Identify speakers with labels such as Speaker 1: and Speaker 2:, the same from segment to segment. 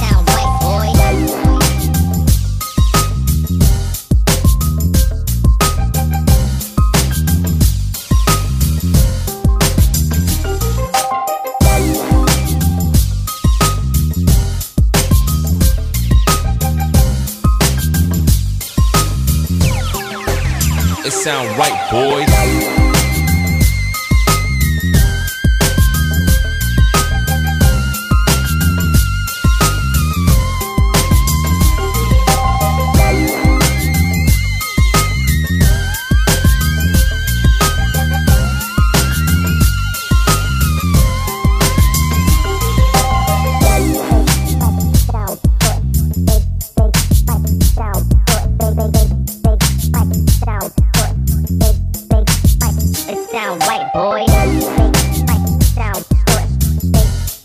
Speaker 1: Sound right, boy.
Speaker 2: It sound right, boys.
Speaker 1: Sound white boy. Sound big,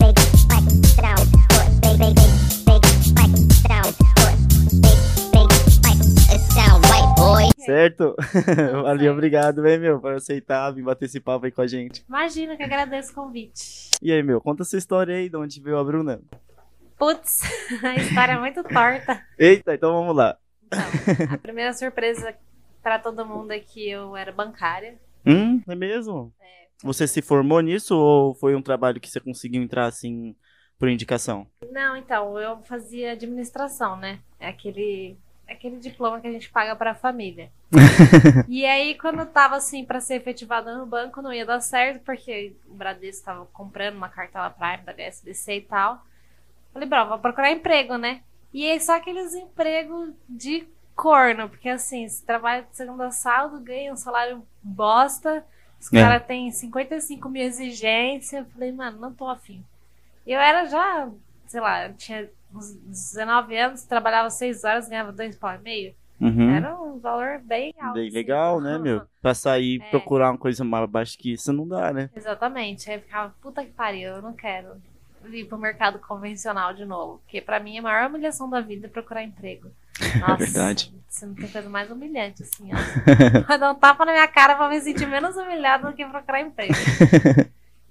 Speaker 1: big, big, sound big, big, big, big, sound big, big, big, sound white boy.
Speaker 3: É.
Speaker 4: Certo?
Speaker 3: Então
Speaker 4: Valeu, obrigado, hein, meu, por aceitar vir bater esse papo aí com a gente.
Speaker 3: Imagina que agradeço o convite.
Speaker 4: E aí, meu, conta a sua história aí, de onde veio a Bruna.
Speaker 3: Putz, a história é muito torta.
Speaker 4: Eita, então vamos lá.
Speaker 3: A primeira surpresa pra todo mundo é que eu era bancária.
Speaker 4: Hum, é mesmo? Você se formou nisso ou foi um trabalho que você conseguiu entrar assim por indicação?
Speaker 3: Não, então, eu fazia administração, né? É aquele, é aquele diploma que a gente paga pra família. e aí, quando eu tava assim pra ser efetivada no banco, não ia dar certo, porque o Bradesco tava comprando uma cartela Prime da HSBC e tal. Falei, bro, vou procurar emprego, né? E aí, só aqueles empregos de corno, porque assim, você trabalha de segunda a sábado, ganha um salário bosta, os
Speaker 4: É.
Speaker 3: caras têm 55 mil exigência. Eu falei, mano, não tô afim. Eu era já, sei lá, eu tinha uns 19 anos, trabalhava 6 horas, ganhava dois pau e meio.
Speaker 4: Uhum.
Speaker 3: Era um valor bem alto.
Speaker 4: Bem
Speaker 3: assim.
Speaker 4: legal, né, meu? Pra sair
Speaker 3: É.
Speaker 4: procurar uma coisa mais baixa que isso não dá, né?
Speaker 3: Exatamente. Aí eu ficava, puta que pariu, eu não quero ir pro mercado convencional de novo. Porque pra mim a maior humilhação da vida é procurar emprego. Nossa,
Speaker 4: É verdade.
Speaker 3: Você não tem coisa mais humilhante, assim, ó. Vai dar um tapa na minha cara pra me sentir menos humilhada do que procurar emprego.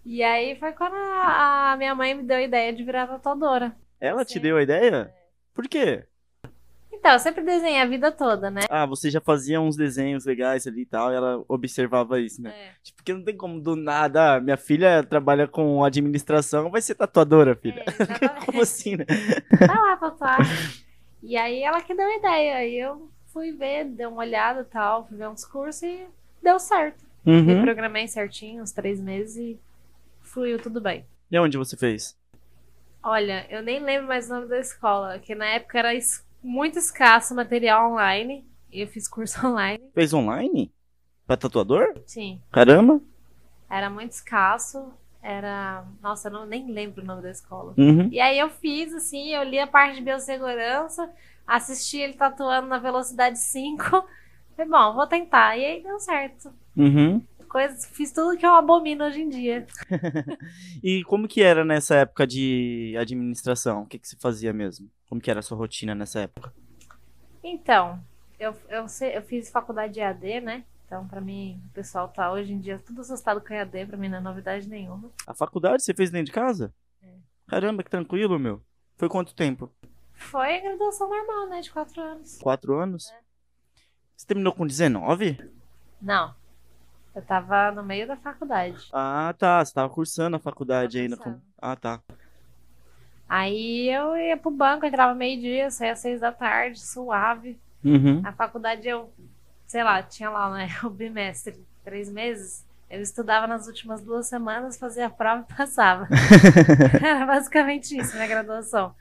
Speaker 3: e aí foi quando a a minha mãe me deu a ideia de virar tatuadora.
Speaker 4: Ela te
Speaker 3: Sim. É.
Speaker 4: deu a ideia? Por quê?
Speaker 3: Então, eu sempre desenhei a vida toda, né?
Speaker 4: Ah, você já fazia uns desenhos legais ali e tal, e ela observava isso, né?
Speaker 3: É.
Speaker 4: Tipo, porque não tem como do nada, ah, minha filha trabalha com administração, vai ser tatuadora, filha.
Speaker 3: É, exatamente.
Speaker 4: Como assim, né?
Speaker 3: vai lá tatuar. E aí ela que deu a ideia. Aí eu fui ver, dei uma olhada e tal, fui ver uns cursos e deu certo. Me
Speaker 4: Uhum.
Speaker 3: programei certinho, uns três meses e fluiu tudo bem.
Speaker 4: E onde você fez?
Speaker 3: Olha, eu nem lembro mais o nome da escola, que na época era es- muito escasso material online. E eu fiz curso online,
Speaker 4: Fez online? Pra tatuador?
Speaker 3: sim.
Speaker 4: Caramba.
Speaker 3: Era muito escasso. Era. Nossa, eu não, nem lembro o nome da escola.
Speaker 4: Uhum.
Speaker 3: E aí eu fiz, assim, eu li a parte de biossegurança, assisti ele tatuando na velocidade 5. Falei, bom, vou tentar. E aí deu certo.
Speaker 4: Uhum.
Speaker 3: Coisa, fiz tudo que eu abomino hoje em dia.
Speaker 4: E como que era nessa época de administração? O que que você fazia mesmo? Como que era a sua rotina nessa época?
Speaker 3: Então, eu, eu, sei- eu fiz faculdade de EAD, né? Então, pra mim, o pessoal tá hoje em dia tudo assustado com EAD, pra mim não é novidade nenhuma.
Speaker 4: A faculdade você fez dentro de casa?
Speaker 3: É.
Speaker 4: Caramba, que tranquilo, meu. Foi quanto tempo?
Speaker 3: Foi a graduação normal, né? De quatro anos.
Speaker 4: Quatro anos?
Speaker 3: É.
Speaker 4: Você terminou com 19?
Speaker 3: Não. Eu tava no meio da faculdade.
Speaker 4: Ah, tá. Você tava cursando a faculdade
Speaker 3: Tava
Speaker 4: ainda. com-
Speaker 3: cursando.
Speaker 4: Ah, tá.
Speaker 3: Aí eu ia pro banco, entrava meio-dia, saía às seis da tarde, suave.
Speaker 4: Uhum.
Speaker 3: Na faculdade eu, sei lá, tinha lá, né, o bimestre, três meses. Eu estudava nas últimas duas semanas, fazia a prova e passava. Era basicamente isso, minha graduação.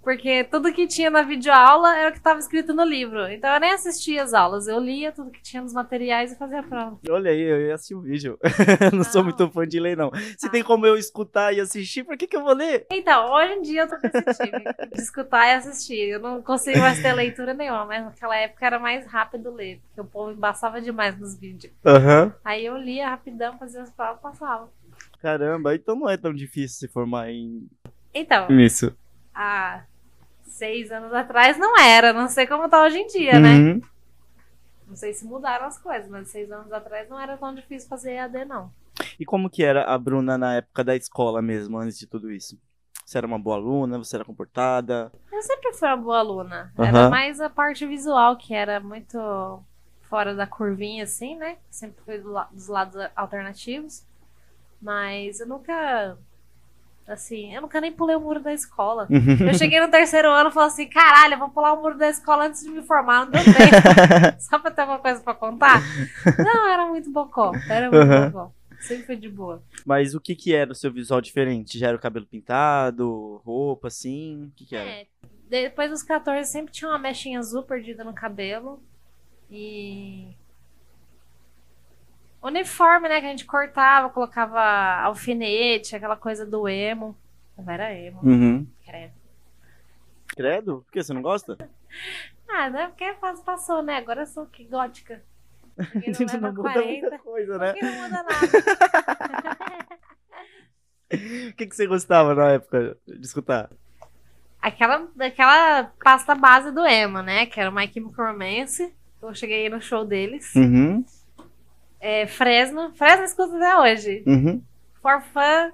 Speaker 3: Porque tudo que tinha na videoaula era o que estava escrito no livro. Então eu nem assistia as aulas, eu lia tudo que tinha nos materiais e fazia a prova.
Speaker 4: Olha aí, eu ia assistir o vídeo. não sou
Speaker 3: Não.
Speaker 4: muito fã de ler, não. Se
Speaker 3: Ah.
Speaker 4: tem como eu escutar e assistir, pra que, que eu vou ler?
Speaker 3: Então, hoje em dia eu tô nesse time de escutar e assistir. Eu não consigo mais ter leitura nenhuma, mas naquela época era mais rápido ler, porque o povo embaçava demais nos vídeos.
Speaker 4: Aham.
Speaker 3: Aí eu lia rapidão, fazia as provas, passava.
Speaker 4: Caramba, então não é tão difícil se formar em.
Speaker 3: Então,
Speaker 4: Isso.
Speaker 3: há seis anos atrás não era, não sei como tá hoje em dia,
Speaker 4: Hum.
Speaker 3: né?
Speaker 4: Uhum.
Speaker 3: Não sei se mudaram as coisas, mas seis anos atrás não era tão difícil fazer EAD, não.
Speaker 4: E como que era a Bruna na época da escola mesmo, antes de tudo isso? Você era uma boa aluna, você era comportada?
Speaker 3: Eu sempre fui uma boa aluna.
Speaker 4: Aham.
Speaker 3: Era mais a parte visual que era muito fora da curvinha, assim, né? Sempre fui do la- dos lados a- alternativos. Mas eu nunca. Assim, eu nunca nem pulei o muro da escola.
Speaker 4: Uhum.
Speaker 3: Eu cheguei no terceiro ano e falei assim: caralho, eu vou pular o muro da escola antes de me formar, não deu tempo. Só pra ter uma coisa pra contar. Não, era muito bocó. Era muito
Speaker 4: Aham.
Speaker 3: bocó. Sempre foi de boa.
Speaker 4: Mas o que que era o seu visual diferente? Já era o cabelo pintado, roupa assim? O que que era?
Speaker 3: É, depois dos 14 sempre tinha uma mechinha azul perdida no cabelo. E. Uniforme, né? Que a gente cortava, colocava alfinete, aquela coisa do emo. Não era emo,
Speaker 4: Uhum.
Speaker 3: credo.
Speaker 4: Credo? Por que você não gosta?
Speaker 3: Ah, não é porque a fase passou, né? Agora eu sou que gótica. Ninguém não leva
Speaker 4: muda
Speaker 3: 40.
Speaker 4: muita coisa, né?
Speaker 3: Porque não muda nada.
Speaker 4: O que que você gostava na época de escutar?
Speaker 3: Aquela, aquela pasta base do emo, né? Que era o My Chemical Romance. Eu cheguei no show deles.
Speaker 4: Uhum.
Speaker 3: É, Fresno. Fresno eu escuto até hoje.
Speaker 4: Uhum.
Speaker 3: For Fun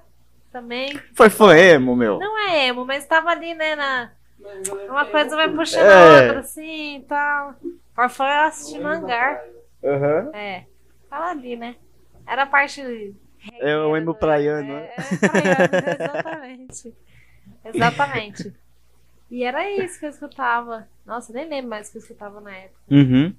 Speaker 3: também.
Speaker 4: Foi foemo, meu.
Speaker 3: Não é emo, mas tava ali, né? Na... Uma coisa vai puxando
Speaker 4: É.
Speaker 3: a outra, assim e tal. For Fun eu assisti no hangar.
Speaker 4: Aham.
Speaker 3: É. Tava ali, né? Era a parte.
Speaker 4: É o emo
Speaker 3: do-
Speaker 4: praiano, né?
Speaker 3: É, é praiano, exatamente. Exatamente. E era isso que eu escutava. Nossa, nem lembro mais o que eu escutava na época,
Speaker 4: Uhum.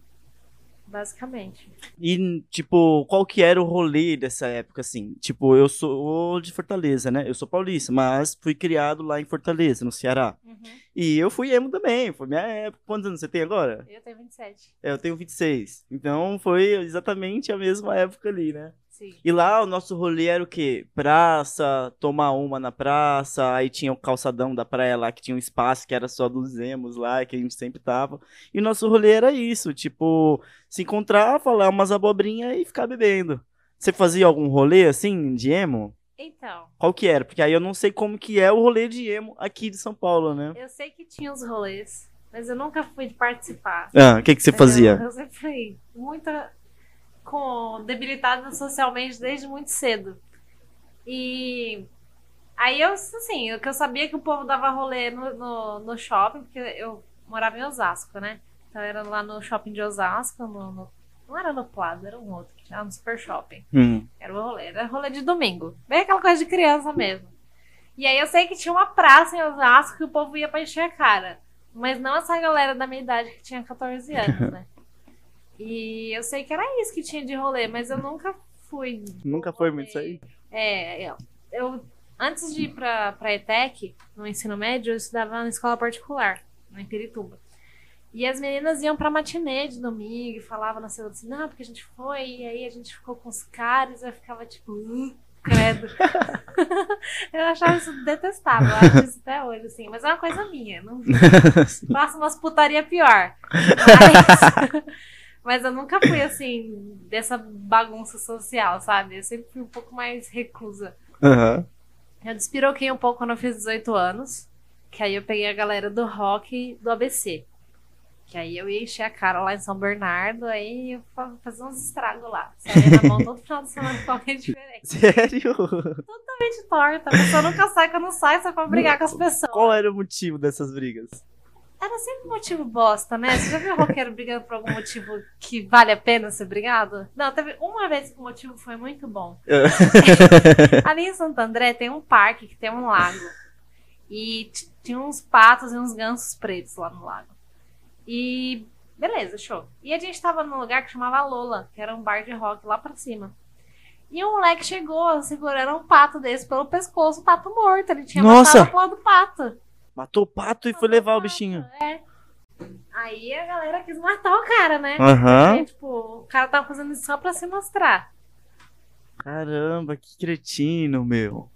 Speaker 3: basicamente.
Speaker 4: E, tipo, qual que era o rolê dessa época, assim? Tipo, eu sou de Fortaleza, né? Eu sou paulista, mas fui criado lá em Fortaleza, no Ceará.
Speaker 3: Uhum.
Speaker 4: E eu fui emo também, foi minha época. Quantos anos você tem agora?
Speaker 3: Eu tenho 27.
Speaker 4: É, eu tenho 26. Então foi exatamente a mesma época ali, né?
Speaker 3: Sim.
Speaker 4: E lá o nosso rolê era o quê? Praça, tomar uma na praça, aí tinha o calçadão da praia lá, que tinha um espaço que era só dos emos lá, que a gente sempre tava. E o nosso rolê era isso, tipo, se encontrar, falar umas abobrinhas e ficar bebendo. Você fazia algum rolê assim, de emo?
Speaker 3: Então.
Speaker 4: Qual que era? Porque aí eu não sei como que é o rolê de emo aqui de São Paulo, né?
Speaker 3: Eu sei que tinha os rolês, mas eu nunca fui de participar.
Speaker 4: Ah, o que que você
Speaker 3: Mas
Speaker 4: fazia?
Speaker 3: É, Eu, eu sempre fui muito com, debilitada socialmente desde muito cedo. E aí eu, assim, o que eu sabia que o povo dava rolê no, no, no shopping, porque eu morava em Osasco, né? Então era lá no shopping de Osasco, no- no- não era no Plaza, era um outro, que era no super shopping.
Speaker 4: Hum.
Speaker 3: Era o rolê, era rolê de domingo. Bem aquela coisa de criança mesmo. E aí eu sei que tinha uma praça em Osasco que o povo ia pra encher a cara. Mas não essa galera da minha idade que tinha 14 anos, né? E eu sei que era isso que tinha de rolê, mas eu nunca fui.
Speaker 4: Nunca foi muito isso aí?
Speaker 3: É, eu, eu- antes de ir pra, pra ETEC, no ensino médio, eu estudava na escola particular, no Pirituba. E as meninas iam pra matinê de domingo e falavam na segunda assim, não, porque a gente foi, e aí a gente ficou com os caras, eu ficava tipo, "Hum, credo. eu achava isso detestável, eu acho isso até hoje, assim, mas é uma coisa minha, não faço umas putaria pior. Mas, mas eu nunca fui assim, dessa bagunça social, sabe? Eu sempre fui um pouco mais reclusa.
Speaker 4: Aham.
Speaker 3: Eu despiroquei um pouco quando eu fiz 18 anos, que aí eu peguei a galera do rock do ABC. Que aí eu ia encher a cara lá em São Bernardo, aí eu fa- fazia uns estragos lá. Saía na mão todo final de semana com alguém diferente.
Speaker 4: Sério?
Speaker 3: Totalmente torta. A pessoa nunca sai quando sai, só pra brigar com as pessoas.
Speaker 4: Qual era o motivo dessas brigas?
Speaker 3: Era sempre um motivo bosta, né? Você já viu roqueiro brigando por algum motivo que vale a pena ser brigado? Não, teve uma vez que o motivo foi muito bom. Ali em Santo André tem um parque que tem um lago. E t- tinha uns patos e uns gansos pretos lá no lago. E beleza, show. E a gente tava num lugar que chamava Lola, que era um bar de rock lá pra cima. E um moleque chegou segurando um pato desse pelo pescoço, um pato morto. Ele tinha
Speaker 4: Nossa!
Speaker 3: matado a porra do pato.
Speaker 4: Matou o pato e foi levar o bichinho.
Speaker 3: É. Aí a galera quis matar o cara, né?
Speaker 4: Aham.
Speaker 3: Porque, tipo, o cara tava fazendo isso só pra se mostrar.
Speaker 4: Caramba, que cretino, meu.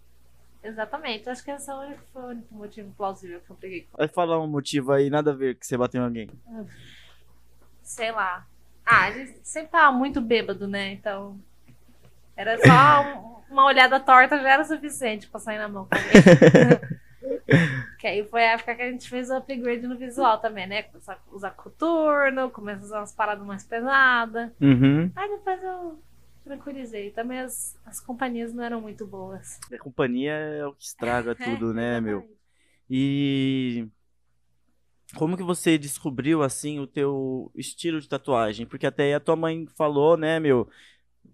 Speaker 3: Exatamente. Acho que esse é o único- foi o único motivo plausível que eu briguei com.
Speaker 4: Vai falar um motivo aí, nada a ver que você bateu em alguém.
Speaker 3: Sei lá. Ah, ele sempre tava muito bêbado, né? Então. Era só um- uma olhada torta já era suficiente pra sair na mão. com alguém. que aí foi a época que a gente fez o upgrade no visual também, né? Começar a usar coturno, começa a usar umas paradas mais pesadas.
Speaker 4: Uhum.
Speaker 3: Aí depois eu tranquilizei. Também as, as companhias não eram muito boas.
Speaker 4: A companhia é o que estraga tudo, né, meu?
Speaker 3: Exatamente.
Speaker 4: E como que você descobriu assim o teu estilo de tatuagem? Porque até aí a tua mãe falou, né, meu,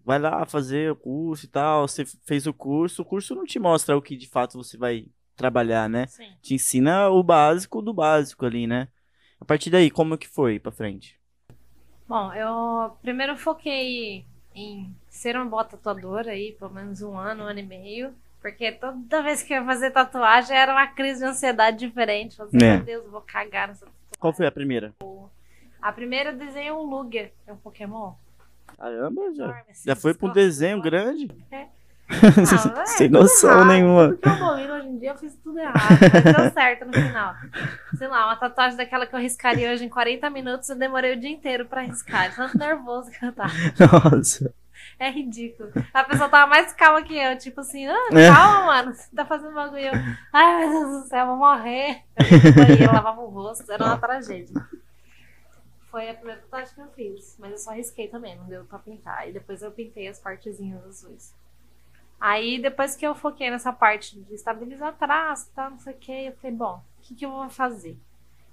Speaker 4: vai lá fazer o curso e tal, você fez o curso, o curso não te mostra o que de fato você vai trabalhar, né?
Speaker 3: Sim.
Speaker 4: Te ensina o básico do básico ali, né? A partir daí, como que foi pra frente?
Speaker 3: Bom, eu primeiro foquei em ser uma boa tatuadora aí, pelo menos um ano, um ano e meio. Porque toda vez que eu ia fazer tatuagem era uma crise de ansiedade diferente. Eu falei,
Speaker 4: É.
Speaker 3: meu Deus, eu vou cagar nessa tatuagem.
Speaker 4: Qual foi a primeira?
Speaker 3: A primeira eu desenhei um Lugia, que é um Pokémon.
Speaker 4: Caramba, já,
Speaker 3: enorme, assim,
Speaker 4: já foi pra um
Speaker 3: escroto,
Speaker 4: desenho
Speaker 3: enorme.
Speaker 4: grande?
Speaker 3: É. é,
Speaker 4: Sem
Speaker 3: tudo
Speaker 4: noção
Speaker 3: errado.
Speaker 4: nenhuma.
Speaker 3: Tudo que eu domino hoje em dia eu fiz tudo errado, mas deu certo no final. Sei lá, uma tatuagem daquela que eu riscaria hoje em 40 minutos, eu demorei o dia inteiro pra riscar, de tanto nervoso que eu tava.
Speaker 4: Nossa.
Speaker 3: É ridículo. A pessoa tava mais calma que eu, tipo assim, ah,
Speaker 4: É.
Speaker 3: calma, mano, você tá fazendo bagulho. Eu, Ai, meu Deus do céu, eu vou morrer. Eu ia no banheiro, lavava o rosto, era uma tragédia. Foi a primeira tatuagem que eu fiz, mas eu só risquei também, não deu pra pintar. E depois eu pintei as partezinhas azuis. Aí, depois que eu foquei nessa parte de estabilizar traço, tá, não sei o que, eu falei, bom, o que, que eu vou fazer?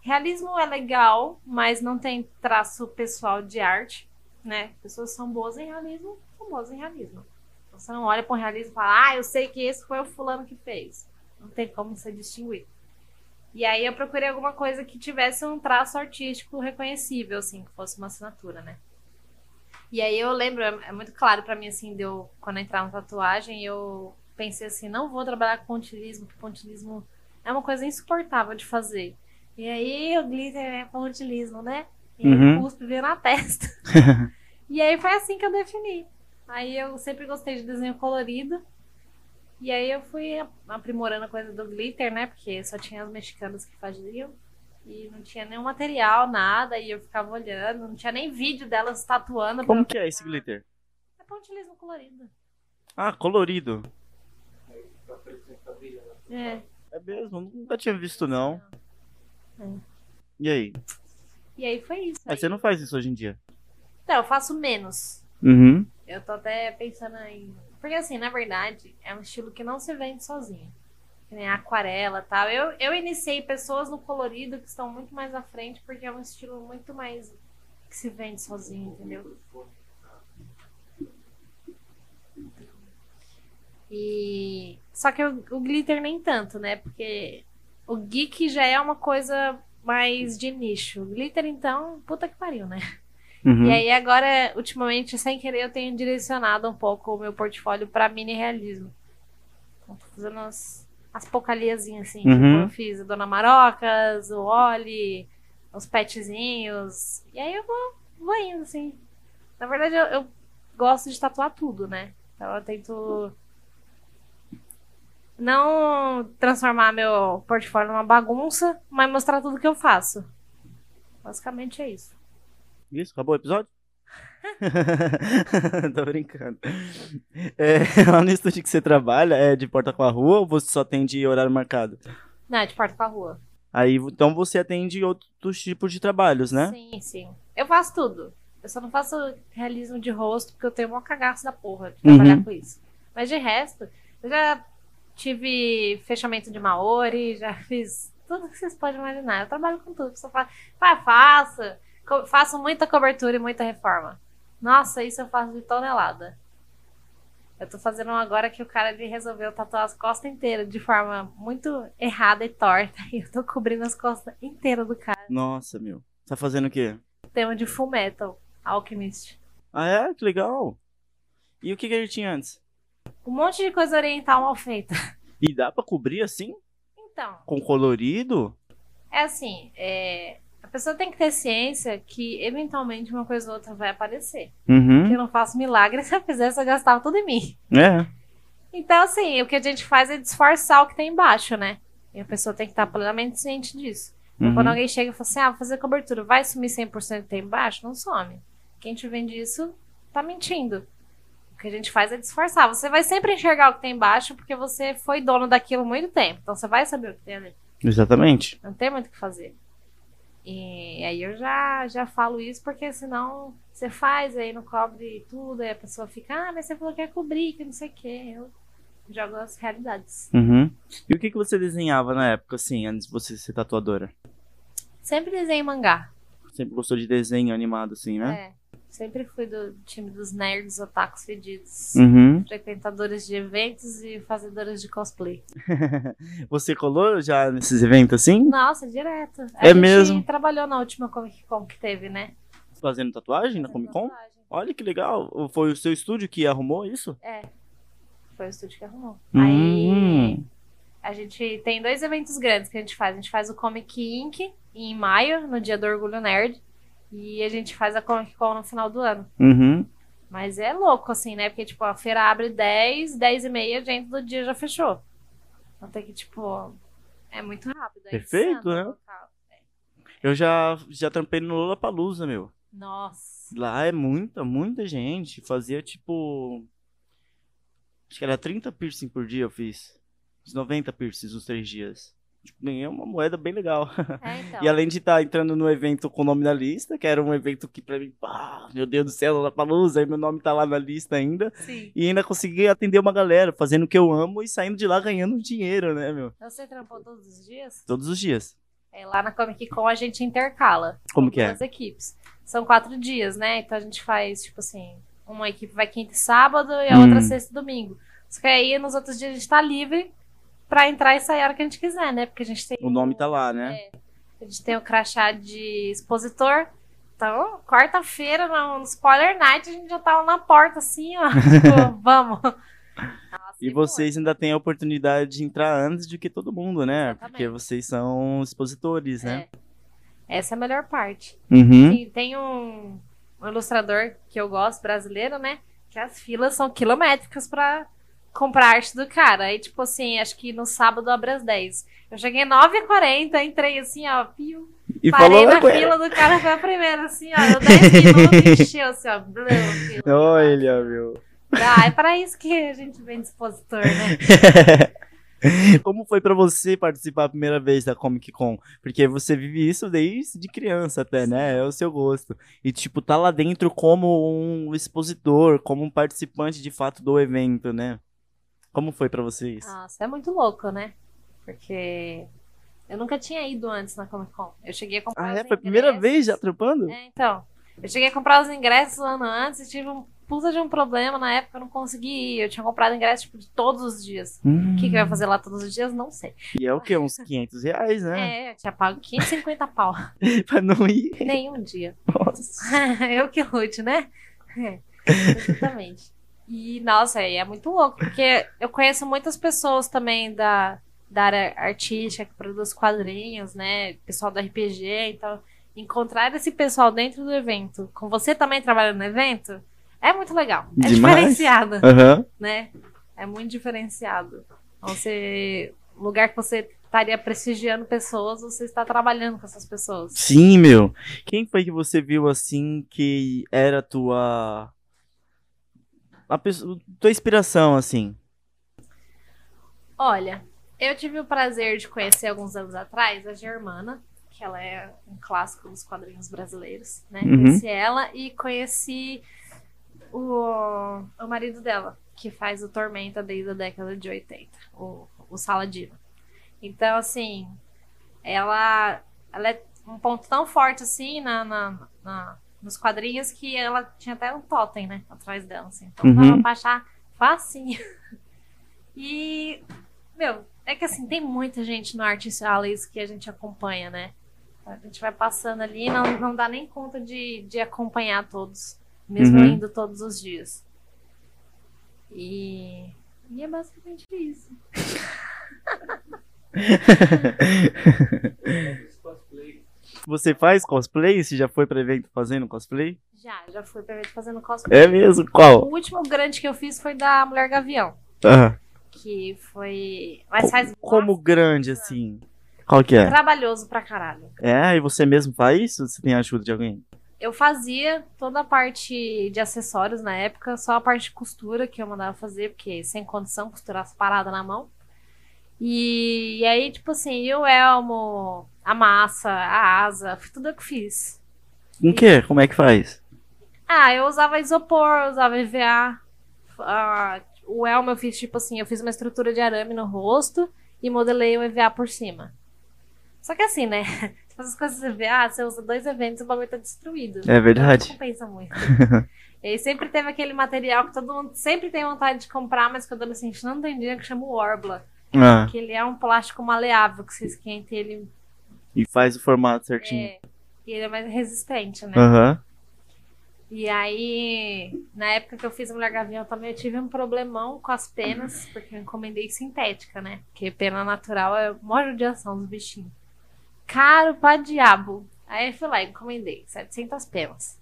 Speaker 3: Realismo é legal, mas não tem traço pessoal de arte, né? Pessoas são boas em realismo, são boas em realismo. Você não olha para um realismo e fala, ah, eu sei que esse foi o fulano que fez. Não tem como você distinguir. E aí eu procurei alguma coisa que tivesse um traço artístico reconhecível, assim, que fosse uma assinatura, né? E aí eu lembro, é é muito claro pra mim, assim, de eu, quando eu entrar na tatuagem, eu pensei assim, não vou trabalhar com pontilismo, porque pontilismo é uma coisa insuportável de fazer. E aí o glitter é pontilismo, né? E aí
Speaker 4: Uhum.
Speaker 3: o cuspe veio na testa. e aí foi assim que eu defini. Aí eu sempre gostei de desenho colorido. E aí eu fui aprimorando a coisa do glitter, né? Porque só tinha as mexicanas que faziam. E não tinha nenhum material, nada. E eu ficava olhando. Não tinha nem vídeo delas tatuando.
Speaker 4: Como que é esse glitter?
Speaker 3: É pontilismo colorido.
Speaker 4: Ah, colorido.
Speaker 3: É.
Speaker 4: É mesmo? Nunca tinha visto, não. E aí?
Speaker 3: E aí foi isso.
Speaker 4: Mas você não faz isso hoje em dia?
Speaker 3: Então, eu faço menos.
Speaker 4: Uhum.
Speaker 3: Eu tô até pensando em. Porque assim, na verdade, é um estilo que não se vende sozinho. Que nem a aquarela e tal. Eu, eu iniciei pessoas no colorido que estão muito mais à frente, porque é um estilo muito mais que se vende sozinho, entendeu? E. Só que o, o glitter nem tanto, né? Porque o geek já é uma coisa mais de nicho. O glitter, então, puta que pariu, né?
Speaker 4: uhum.
Speaker 3: E aí agora, ultimamente, sem querer, eu tenho direcionado um pouco o meu portfólio pra mini realismo. Então, tô fazendo as, as pocaliazinhas, assim.
Speaker 4: Uhum.
Speaker 3: Tipo, eu fiz a Dona Marocas, o Oli, os petzinhos. E aí eu vou, vou indo, assim. Na verdade, eu, eu gosto de tatuar tudo, né? Então eu tento não transformar meu portfólio numa bagunça, mas mostrar tudo que eu faço. Basicamente é isso.
Speaker 4: Isso, acabou o episódio? Tô brincando. É, lá no estúdio que você trabalha, é de porta com a rua ou você só atende horário marcado?
Speaker 3: Não, é de porta pra rua.
Speaker 4: Aí, então você atende outros tipos de trabalhos, né?
Speaker 3: Sim, sim. Eu faço tudo. Eu só não faço realismo de rosto, porque eu tenho um cagaço da porra de
Speaker 4: Uhum.
Speaker 3: trabalhar com isso. Mas de resto, eu já tive fechamento de Maori, já fiz tudo que vocês podem imaginar. Eu trabalho com tudo. Só faço, ah, faço. Co- faço muita cobertura e muita reforma. Nossa, isso eu faço de tonelada. Eu tô fazendo um agora que o cara ele resolveu tatuar as costas inteiras de forma muito errada e torta. E eu tô cobrindo as costas inteiras do cara
Speaker 4: Nossa, meu. Tá fazendo o quê?
Speaker 3: tema de Full Metal Alchemist.
Speaker 4: Ah, é? Que legal. E o que, que ele tinha antes?
Speaker 3: Um monte de coisa oriental mal feita.
Speaker 4: E dá pra cobrir assim?
Speaker 3: Então,
Speaker 4: com colorido?
Speaker 3: é assim, é, a pessoa tem que ter ciência que eventualmente uma coisa ou outra vai aparecer.
Speaker 4: Uhum.
Speaker 3: Eu não faço milagre, se eu fizesse eu gastava tudo em mim.
Speaker 4: É.
Speaker 3: Então, assim, o que a gente faz é disfarçar o que tem embaixo, né? E a pessoa tem que estar plenamente ciente disso. Então,
Speaker 4: Uhum.
Speaker 3: Quando alguém chega e fala assim, ah, vou fazer cobertura, vai sumir 100% que tem embaixo? Não some. Quem te vende isso tá mentindo. O que a gente faz é disfarçar. Você vai sempre enxergar o que tem embaixo porque você foi dono daquilo há muito tempo. Então você vai saber o que tem ali.
Speaker 4: Exatamente.
Speaker 3: Não tem muito o que fazer. E aí eu já, já falo isso, porque senão você faz, aí não cobre tudo, aí a pessoa fica, ah, mas você falou que ia cobrir, que não sei o quê. Eu jogo as realidades.
Speaker 4: Uhum. E o que, que você desenhava na época, assim, antes de você ser tatuadora?
Speaker 3: Sempre desenho mangá.
Speaker 4: Sempre gostou de desenho animado, assim, né?
Speaker 3: É. Sempre fui do time dos nerds, otakus fedidos.
Speaker 4: Uhum.
Speaker 3: Frequentadores de eventos e fazedores de cosplay.
Speaker 4: Você colou já nesses eventos, assim?
Speaker 3: Nossa, direto.
Speaker 4: É mesmo?
Speaker 3: trabalhou na última Comic Con que teve, né?
Speaker 4: Fazendo tatuagem na Comic Con?
Speaker 3: Tatuagem.
Speaker 4: Olha que legal. Foi o seu estúdio que arrumou isso?
Speaker 3: É. Foi o estúdio que arrumou. Aí
Speaker 4: Hum.
Speaker 3: A gente tem dois eventos grandes que a gente faz. A gente faz o Comic Inc. em maio, no dia do Orgulho Nerd. E a gente faz a Comic Con no final do ano.
Speaker 4: Uhum.
Speaker 3: Mas é louco, assim, né? Porque, tipo, a feira abre 10, 10 e meia, a gente do dia já fechou. Então tem que, tipo... É muito rápido. É
Speaker 4: Perfeito,
Speaker 3: insano
Speaker 4: né?
Speaker 3: o local.
Speaker 4: Eu já, já trampei no Lollapalooza, meu.
Speaker 3: Nossa.
Speaker 4: Lá é muita, muita gente. Fazia tipo. Acho que era 30 piercing por dia eu fiz. Uns 90 piercings nos três dias. Tipo, ganhei uma moeda bem legal.
Speaker 3: É, então.
Speaker 4: E além de estar entrando no evento com o nome na lista, que era um evento que pra mim, pá, meu Deus do céu, lá pra luz, aí meu nome tá lá na lista ainda.
Speaker 3: Sim.
Speaker 4: E ainda consegui atender uma galera, fazendo o que eu amo e saindo de lá ganhando dinheiro, né, meu?
Speaker 3: Você trampou todos os dias?
Speaker 4: Todos os dias.
Speaker 3: É, lá na Comic Con a gente intercala.
Speaker 4: Como
Speaker 3: com
Speaker 4: que é?
Speaker 3: Duas equipes. São quatro dias, né? Então a gente faz, tipo assim, uma equipe vai quinta e sábado e a
Speaker 4: Hum.
Speaker 3: outra sexta e domingo. Só que aí nos outros dias a gente tá livre pra entrar e sair a hora que a gente quiser, né? Porque a gente tem.
Speaker 4: O nome tá lá, né?
Speaker 3: A gente tem o crachá de expositor. Então, quarta-feira, no no spoiler night, a gente já tava na porta assim, ó. Tipo, vamos.
Speaker 4: E vocês ainda têm a oportunidade de entrar antes do que todo mundo, né?
Speaker 3: Exatamente.
Speaker 4: Porque vocês são expositores, né?
Speaker 3: Essa é a melhor parte.
Speaker 4: Uhum.
Speaker 3: Sim, tem um, um ilustrador que eu gosto, brasileiro, né? Que as filas são quilométricas pra comprar a arte do cara. Aí, tipo assim, acho que no sábado abre às 10. Eu cheguei 9h40, entrei assim, ó, piu.
Speaker 4: E
Speaker 3: parei
Speaker 4: falou
Speaker 3: na
Speaker 4: com ele.
Speaker 3: fila do cara, foi a primeira, assim, ó. Deu 10 minutos, encheu, assim, ó. Blum, fila.
Speaker 4: Olha, meu.
Speaker 3: Ah, é pra isso que a gente vem de expositor, né?
Speaker 4: Como foi pra você participar a primeira vez da Comic Con? Porque você vive isso desde de criança até, né? É o seu gosto. E, tipo, tá lá dentro como um expositor, como um participante de fato do evento, né? Como foi pra você isso?
Speaker 3: Nossa, é muito louco, né? Porque eu nunca tinha ido antes na Comic Con. Eu cheguei a comprar
Speaker 4: Ah,
Speaker 3: os
Speaker 4: é? Foi a primeira
Speaker 3: ingressos.
Speaker 4: vez já trampando?
Speaker 3: É, então. Eu cheguei a comprar os ingressos um ano antes e tive um puta de um problema na época, eu não consegui ir. Eu tinha comprado ingresso tipo, de todos os dias. O que, que eu ia fazer lá todos os dias? Não sei.
Speaker 4: Hum. E é o quê? Uns 500 reais, né?
Speaker 3: É, eu tinha pago 550 pau.
Speaker 4: Pra não ir.
Speaker 3: Nenhum dia.
Speaker 4: Nossa.
Speaker 3: eu que lute, né? É, exatamente. E, nossa, é muito louco, porque eu conheço muitas pessoas também da, da área artística, que produz quadrinhos, né? Pessoal do RPG, então, encontrar esse pessoal dentro do evento, com você também trabalhando no evento, é muito legal. É
Speaker 4: Demais.
Speaker 3: diferenciado,
Speaker 4: Aham.
Speaker 3: né? É muito diferenciado. Então, Você, lugar que você estaria prestigiando pessoas, você está trabalhando com essas pessoas.
Speaker 4: Sim, meu. Quem foi que você viu assim que era a tua. A pessoa, tua inspiração, assim.
Speaker 3: Olha, eu tive o prazer de conhecer alguns anos atrás a Germana, que ela é um clássico dos quadrinhos brasileiros, né?
Speaker 4: Uhum.
Speaker 3: Conheci ela e conheci o, o marido dela, que faz o Tormenta desde a década de 80, o, o Saladino. Então, assim, ela, ela é um ponto tão forte assim na, na- na- nos quadrinhos que ela tinha até um totem, né? Atrás dela, assim. Então
Speaker 4: Uhum.
Speaker 3: dava pra achar facinho. E, meu, é que assim, tem muita gente no Artist Alleys que a gente acompanha, né? A gente vai passando ali e não, não dá nem conta de, de acompanhar todos, mesmo
Speaker 4: Uhum.
Speaker 3: indo todos os dias. E, e é basicamente isso.
Speaker 4: Você faz cosplay? Você já foi pra evento fazendo cosplay?
Speaker 3: Já, já fui pra ver fazendo cosplay.
Speaker 4: É mesmo?
Speaker 3: O
Speaker 4: Qual?
Speaker 3: último grande que eu fiz foi da Mulher Gavião.
Speaker 4: Ah,
Speaker 3: Que foi. Mas faz
Speaker 4: como grande assim? Qual que é?
Speaker 3: trabalhoso pra caralho.
Speaker 4: É, e você mesmo faz isso? Você tem a ajuda de alguém?
Speaker 3: Eu fazia toda a parte de acessórios na época, só a parte de costura que eu mandava fazer, porque sem condição costurar as paradas na mão. E, e aí, tipo assim, eu elmo, a massa, a asa, foi tudo eu que fiz.
Speaker 4: Com que? Como é que faz?
Speaker 3: Ah, eu usava isopor, eu usava EVA. Ah, o elmo eu fiz tipo assim, eu fiz uma estrutura de arame no rosto e modelei um EVA por cima. Só que assim, né? Você faz as coisas EVA, você usa dois eventos e o bagulho tá destruído.
Speaker 4: É verdade.
Speaker 3: Não compensa muito. e aí sempre teve aquele material que todo mundo sempre tem vontade de comprar, mas que o adolescente não tem dinheiro, que chama o Orbla.
Speaker 4: Ah,
Speaker 3: Que ele é um plástico maleável, que você esquenta e ele
Speaker 4: e faz o formato certinho.
Speaker 3: é, e ele é mais resistente, né?
Speaker 4: Aham.
Speaker 3: E aí, na época que eu fiz Mulher Gavião também, eu tive um problemão com as penas, porque eu encomendei sintética, né? Porque pena natural é uma judiação dos bichinhos. Caro pra diabo. Aí eu fui lá e encomendei 700 penas.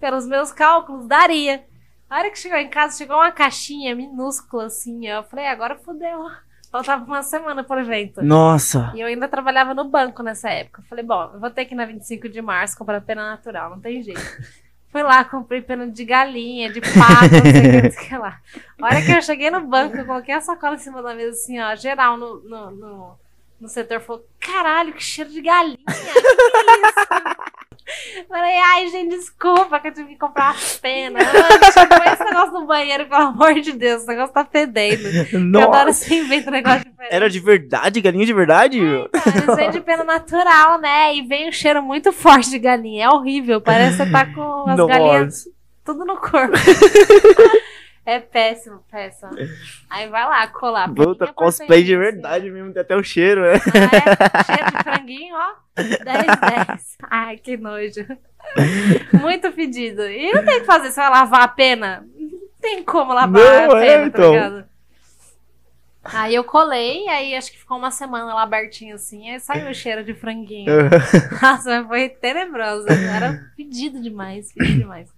Speaker 3: Pelos meus cálculos, daria. A hora que chegou em casa, chegou uma caixinha minúscula assim. ó. Eu falei, agora fodeu. Faltava uma semana pro evento.
Speaker 4: Nossa.
Speaker 3: E eu ainda trabalhava no banco nessa época. Eu Falei, bom, eu vou ter que ir na 25 de março comprar pena natural, não tem jeito. Fui lá, comprei pena de galinha, de pato, não sei o que, não sei o que lá. A hora que eu cheguei no banco, eu coloquei a sacola em cima da mesa, assim, ó, geral no, no, no, no setor, falou, caralho, que cheiro de galinha, que isso? Falei, ai, gente, desculpa que eu tive que comprar as penas. Põe esse negócio no banheiro, pelo amor de Deus, esse negócio tá fedendo. Eu adoro
Speaker 4: Nossa.
Speaker 3: se inventa um negócio diferente.
Speaker 4: Era de verdade? Galinha de verdade?
Speaker 3: É, Tá, Eles vêm de pena natural, né? E vem um cheiro muito forte de galinha. É horrível. Parece que você tá com as galinhas
Speaker 4: Nossa.
Speaker 3: tudo no corpo. é péssimo, péssimo. Aí vai lá colar.
Speaker 4: Puta,
Speaker 3: Peninha por
Speaker 4: cosplay de
Speaker 3: peninha,
Speaker 4: verdade mesmo, tem até o cheiro, né?
Speaker 3: assim, né? Cheiro de franguinho, ó. 10, 10. Ai, que nojo. Muito fedido. E não tem o que fazer. Você vai lavar a pena? Não tem como lavar
Speaker 4: Não,
Speaker 3: a
Speaker 4: é,
Speaker 3: pena, tá
Speaker 4: então.
Speaker 3: ligado? Aí eu colei, aí acho que ficou uma semana lá abertinho assim, aí saiu o cheiro de franguinho.
Speaker 4: É.
Speaker 3: Nossa, mas foi tenebrosa. Era pedido demais, pedido demais.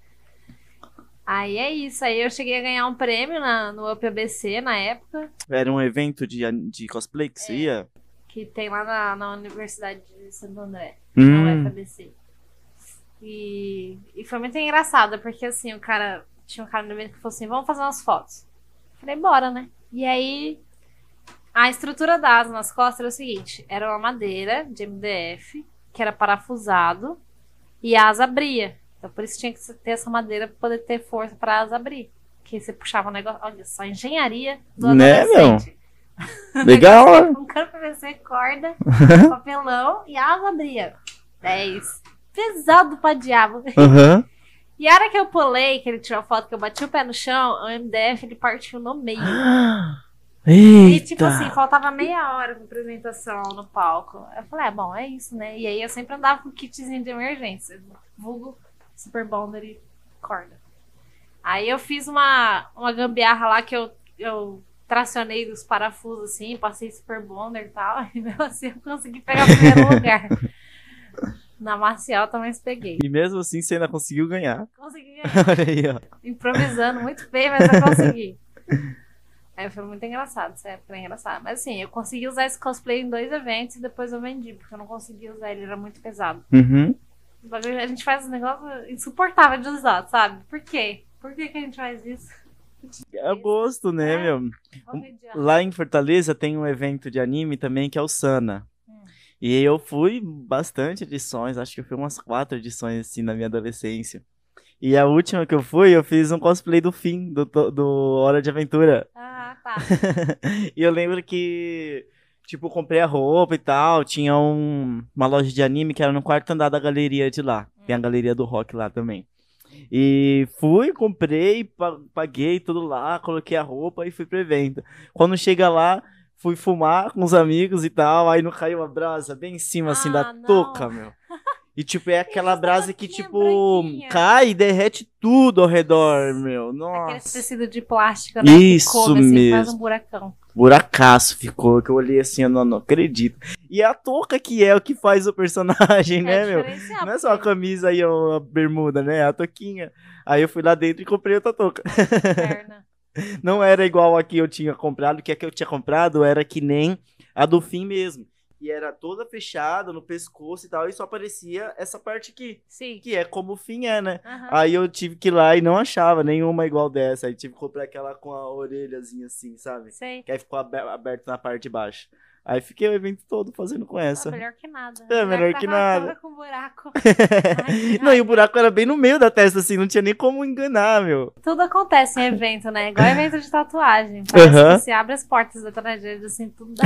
Speaker 3: Aí é isso. Aí eu cheguei a ganhar um prêmio na, no UPBC na época,
Speaker 4: Era um evento de, de cosplay que você ia?
Speaker 3: que tem lá na, na Universidade de Santo André, na
Speaker 4: Hum.
Speaker 3: UFABC. é E, e foi muito engraçado, porque assim, o cara. Tinha um cara no evento que falou assim: vamos fazer umas fotos. Falei, bora, né? E aí. A estrutura da asa nas costas era o seguinte: era uma madeira de MDF, que era parafusado, e a asa abria. Então por isso tinha que ter essa madeira pra poder ter força pra asa abrir. Que você puxava o negócio. Olha só, engenharia do
Speaker 4: Né,
Speaker 3: adolescente.
Speaker 4: Legal, né?
Speaker 3: Um campo PVC, corda, papelão e a asa abria. 10. Pesado pra diabo.
Speaker 4: Aham.
Speaker 3: E a hora que eu pulei, que ele tirou a foto, que eu bati o pé no chão, o MDF ele partiu no meio.
Speaker 4: Eita.
Speaker 3: E, tipo assim, faltava meia hora pra apresentação no palco. Eu falei, é bom, é isso, né? E aí eu sempre andava com um kitzinho de emergência. Vulgo, super bonder e corda. Aí eu fiz uma, uma gambiarra lá que eu, eu tracionei dos parafusos, assim, passei super bonder e tal. E mesmo assim eu consegui pegar o primeiro lugar. Na Marcial também peguei.
Speaker 4: E mesmo assim você ainda conseguiu ganhar.
Speaker 3: Consegui ganhar
Speaker 4: Olha aí, ó.
Speaker 3: improvisando muito bem, mas eu consegui. Aí foi muito engraçado, essa época era engraçada. Mas assim, eu consegui usar esse cosplay em dois eventos e depois eu vendi, porque eu não consegui usar, ele era muito pesado.
Speaker 4: Uhum.
Speaker 3: O bagulho- A gente faz um negócio insuportável de usar, sabe? Por quê? Por que, que a gente faz isso?
Speaker 4: É gosto, né,
Speaker 3: É.
Speaker 4: meu?
Speaker 3: Vamos adiar.
Speaker 4: Lá em Fortaleza tem um evento de anime também que é o Sana.
Speaker 3: Hum.
Speaker 4: E eu fui bastante edições, acho que eu fui umas quatro edições assim na minha adolescência. E a última que eu fui, eu fiz um cosplay do fim, do, to- do Hora de Aventura.
Speaker 3: Ah, tá.
Speaker 4: e eu lembro que, tipo, eu comprei a roupa e tal. Tinha um- uma loja de anime que era no quarto andar da galeria de lá. Tem a galeria do rock lá também. E fui, comprei, pa- paguei tudo lá, coloquei a roupa e fui pro evento. Quando chega lá, fui fumar com os amigos e tal. Aí não caiu a brasa bem em cima, assim,
Speaker 3: Ah,
Speaker 4: da
Speaker 3: não.
Speaker 4: touca, meu. E, tipo, é aquela
Speaker 3: Aquelas
Speaker 4: brasa que,
Speaker 3: tabaquinha
Speaker 4: tipo,
Speaker 3: branquinha.
Speaker 4: cai e derrete tudo ao redor, meu. Nossa.
Speaker 3: Aquele é tecido de plástico, né? que
Speaker 4: Isso
Speaker 3: come, assim, faz
Speaker 4: mesmo.
Speaker 3: um buracão.
Speaker 4: Buracaço ficou, que eu olhei assim, eu não, não acredito. E é a touca que é o que faz o personagem, né, meu?
Speaker 3: diferencial,
Speaker 4: Não é só a
Speaker 3: É Ah, porque
Speaker 4: camisa e a bermuda, né? É a touquinha. Aí eu fui lá dentro e comprei outra touca.
Speaker 3: é perna.
Speaker 4: Não era igual a que eu tinha comprado, que a que eu tinha comprado era que nem a do fim mesmo. E era toda fechada no pescoço e tal, e só aparecia essa parte aqui,
Speaker 3: Sim.
Speaker 4: que é como o fim é, né?
Speaker 3: Aham.
Speaker 4: Aí eu tive que ir lá e não achava nenhuma igual dessa. Aí tive que comprar aquela com a orelhazinha assim, sabe?
Speaker 3: Sei.
Speaker 4: Que aí ficou abe- aberto na parte de baixo. Aí fiquei o evento todo fazendo com
Speaker 3: Ah,
Speaker 4: essa.
Speaker 3: melhor que nada.
Speaker 4: É, melhor que
Speaker 3: tava
Speaker 4: nada.
Speaker 3: toda com buraco. Ai,
Speaker 4: não, e o buraco era bem no meio da testa, assim, não tinha nem como enganar, meu.
Speaker 3: Tudo acontece em evento, né? Igual evento de tatuagem. Parece
Speaker 4: Aham.
Speaker 3: que você abre as portas da tragédia, assim, tudo dá.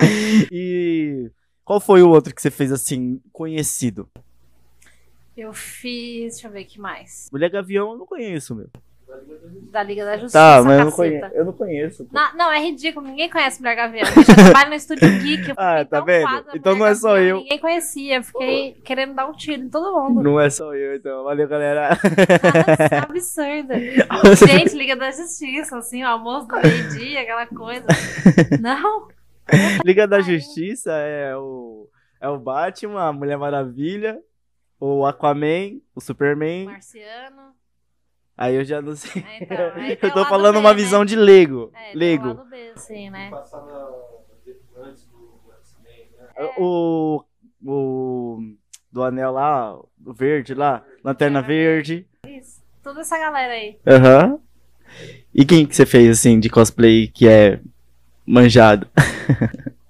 Speaker 4: E qual foi o outro que você fez, assim, conhecido?
Speaker 3: Eu fiz, deixa eu ver o que mais.
Speaker 4: Mulher Gavião eu não conheço, meu.
Speaker 3: Da Liga da Justiça,
Speaker 4: Tá, mas eu não
Speaker 3: caceta.
Speaker 4: conheço. Eu não conheço. pô.
Speaker 3: Na- não, é ridículo, ninguém conhece Mulher Gavião. Eu já trabalho no Estúdio Geek. Eu
Speaker 4: Ah, tá
Speaker 3: fiquei tão
Speaker 4: vendo?
Speaker 3: fada da
Speaker 4: Então
Speaker 3: Mulher
Speaker 4: não é só
Speaker 3: Gavião,
Speaker 4: eu.
Speaker 3: Ninguém conhecia, eu fiquei querendo dar um tiro em todo mundo.
Speaker 4: Não é só eu, então. Valeu, galera.
Speaker 3: Nossa, é absurda. Gente, Liga da Justiça, assim, o almoço do meio-dia, aquela coisa. Não,
Speaker 4: Liga da
Speaker 3: Ai.
Speaker 4: Justiça é o, é o Batman, a Mulher Maravilha, o Aquaman, o Superman.
Speaker 3: Marciano.
Speaker 4: Aí eu já não sei.
Speaker 3: É, então, aí tem
Speaker 4: eu
Speaker 3: o
Speaker 4: tô
Speaker 3: lado
Speaker 4: falando
Speaker 3: B,
Speaker 4: uma
Speaker 3: né?
Speaker 4: visão de Lego.
Speaker 3: É, tem o
Speaker 4: Lego.
Speaker 3: lado B, assim, né?
Speaker 4: O, o. Do anel lá, o verde lá, Lanterna
Speaker 3: Lanterna
Speaker 4: Verde.
Speaker 3: Isso. Toda essa galera aí.
Speaker 4: Aham. E quem que você fez assim de cosplay que é manjado?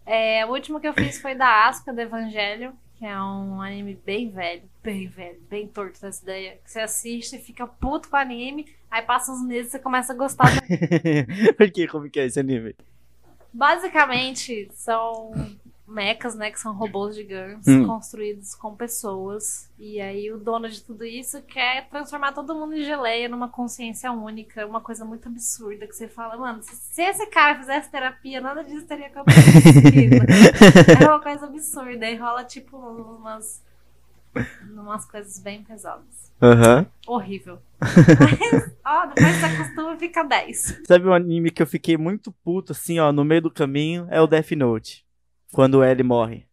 Speaker 3: É, o último que eu fiz foi da Asca do Evangelho, que é um anime bem velho, bem velho, bem torto dessa ideia. Que você assiste e fica puto com o anime, aí passa uns meses e você começa a gostar. do-
Speaker 4: Por que? Como que é esse anime?
Speaker 3: Basicamente, são mechas, né? Que são robôs gigantes
Speaker 4: Hum.
Speaker 3: construídos com pessoas. E aí o dono de tudo isso quer transformar todo mundo em geleia numa consciência única, uma coisa muito absurda que você fala, mano, se- se esse cara fizesse terapia, nada disso teria acontecido. É uma coisa absurda. Aí rola, tipo, umas, umas coisas bem pesadas.
Speaker 4: Aham.
Speaker 3: Horrível. Mas, ó, depois que você acostuma, fica 10.
Speaker 4: Sabe um anime que eu fiquei muito puto, assim, ó, no meio do caminho? É o Death Note. Quando o L morre.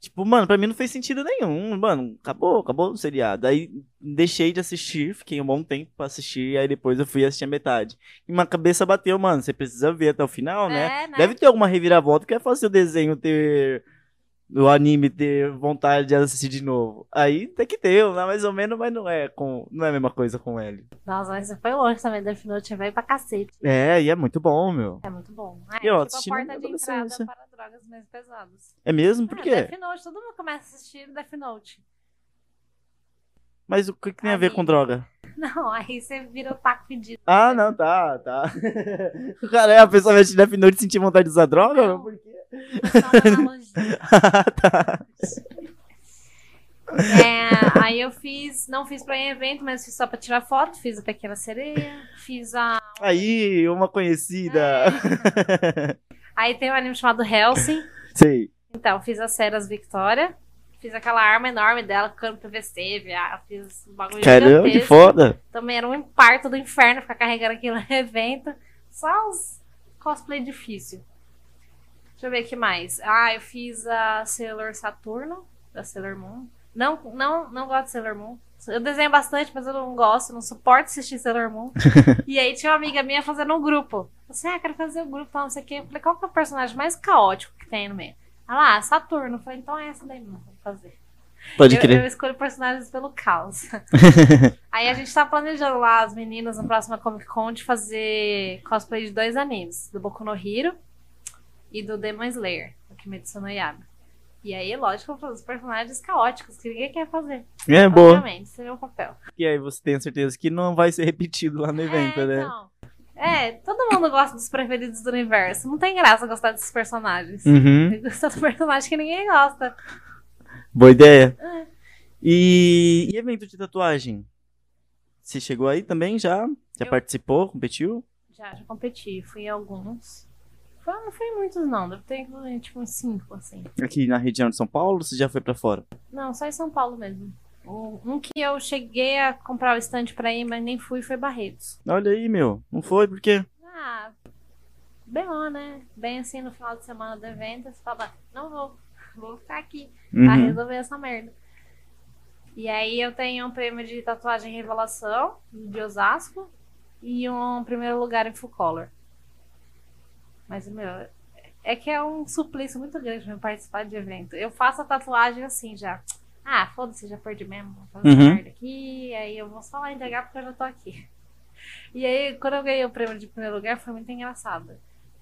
Speaker 4: Tipo, mano, pra mim não fez sentido nenhum. Mano, acabou, acabou o seriado. Aí deixei de assistir, fiquei um bom tempo pra assistir, aí depois eu fui assistir a metade. E minha cabeça bateu, mano, você precisa ver até o final, né?
Speaker 3: É, né?
Speaker 4: Deve ter alguma reviravolta que vai fazer o desenho ter. O anime ter vontade de assistir de novo. Aí até que deu, né? mais ou menos, mas não é, com, não é a mesma coisa com L.
Speaker 3: Nossa, mas você foi longe também. Death Note veio pra cacete.
Speaker 4: É, e é muito bom, meu.
Speaker 3: É muito bom. Ah, É,
Speaker 4: E eu
Speaker 3: tipo
Speaker 4: assisti
Speaker 3: a
Speaker 4: na
Speaker 3: porta de
Speaker 4: minha
Speaker 3: entrada
Speaker 4: adolescência.
Speaker 3: para drogas mais pesadas.
Speaker 4: É mesmo? Por
Speaker 3: Ah,
Speaker 4: quê?
Speaker 3: Death Note. Todo mundo começa a assistir Death Note.
Speaker 4: Mas o que, que tem a ver
Speaker 3: Amigo.
Speaker 4: com droga?
Speaker 3: Não, aí você vira o taco pedido.
Speaker 4: Ah, não, tá, tá. O cara é a pessoa vai te Death Note e sentir vontade de usar droga?
Speaker 3: Não.
Speaker 4: Por quê?
Speaker 3: Foi só uma analogia.
Speaker 4: Ah, tá.
Speaker 3: É, aí eu fiz, não fiz pra ir em evento, mas fiz só pra tirar foto. Fiz a Pequena Sereia, fiz a
Speaker 4: Aí, uma conhecida.
Speaker 3: Aí tem um anime chamado Helsing.
Speaker 4: Sei.
Speaker 3: Então, fiz as Ceras Victoria. Fiz aquela arma enorme dela, cano PVC, viado. Fiz um bagulho
Speaker 4: Caramba, que
Speaker 3: gigantesco.
Speaker 4: foda.
Speaker 3: Também era um parto do inferno ficar carregando aquilo no evento. Só os cosplay difícil. Deixa eu ver o que mais. Ah, eu fiz a Sailor Saturno, da Sailor Moon. Não, não, não gosto de Sailor Moon. Eu desenho bastante, mas eu não gosto, não suporto assistir Sailor Moon. e aí tinha uma amiga minha fazendo um grupo. Eu Falei assim, ah, quero fazer o grupo, tal, não sei o quê. Eu falei, qual que é o personagem mais caótico que tem no meio? Ah lá, Saturno. Eu falei, então é essa daí, não vou fazer.
Speaker 4: Pode
Speaker 3: Eu- Eu,
Speaker 4: crer.
Speaker 3: escolho personagens pelo caos. Aí a gente tá planejando lá, as meninas, na próxima Comic Con, de fazer cosplay de dois animes. Do Boku no Hero e do Demon Slayer, do Kimetsu no Yaiba. E aí, lógico, eu vou fazer os personagens caóticos, que ninguém quer fazer.
Speaker 4: É boa.
Speaker 3: Obviamente, esse é meu papel.
Speaker 4: E aí você tem certeza que não vai ser repetido lá no evento,
Speaker 3: é,
Speaker 4: né?
Speaker 3: então. É, todo mundo gosta dos preferidos do universo. Não tem graça gostar desses personagens.
Speaker 4: Uhum.
Speaker 3: Tem que gostar do personagem que ninguém gosta.
Speaker 4: Boa ideia. E... e evento de tatuagem? Você chegou aí também já? Já
Speaker 3: Eu-
Speaker 4: participou? Competiu?
Speaker 3: Já, já competi, fui em alguns. Foi- Não foi muitos, não. Deve ter, inclusive, tipo, uns cinco, assim.
Speaker 4: Aqui na região de São Paulo, ou você já foi pra fora?
Speaker 3: Não, só em São Paulo mesmo. O- Um que eu cheguei a comprar o estande pra ir, mas nem fui, foi Barretos.
Speaker 4: Olha aí, meu. Não foi, por quê?
Speaker 3: Ah, B.O., né? Bem assim, no final de semana do evento, você fala, não vou, vou ficar aqui pra
Speaker 4: Uhum.
Speaker 3: resolver essa merda. E aí eu tenho um prêmio de tatuagem revelação de Osasco e um primeiro lugar em full color. Mas, meu, é que é um suplício muito grande pra eu participar de evento. Eu faço a tatuagem assim já. Ah, foda-se, já perdi mesmo. Vou fazer
Speaker 4: Uhum.
Speaker 3: essa merda aqui, aí eu vou só lá entregar porque eu já tô aqui. E aí, quando eu ganhei o prêmio de primeiro lugar, foi muito engraçado.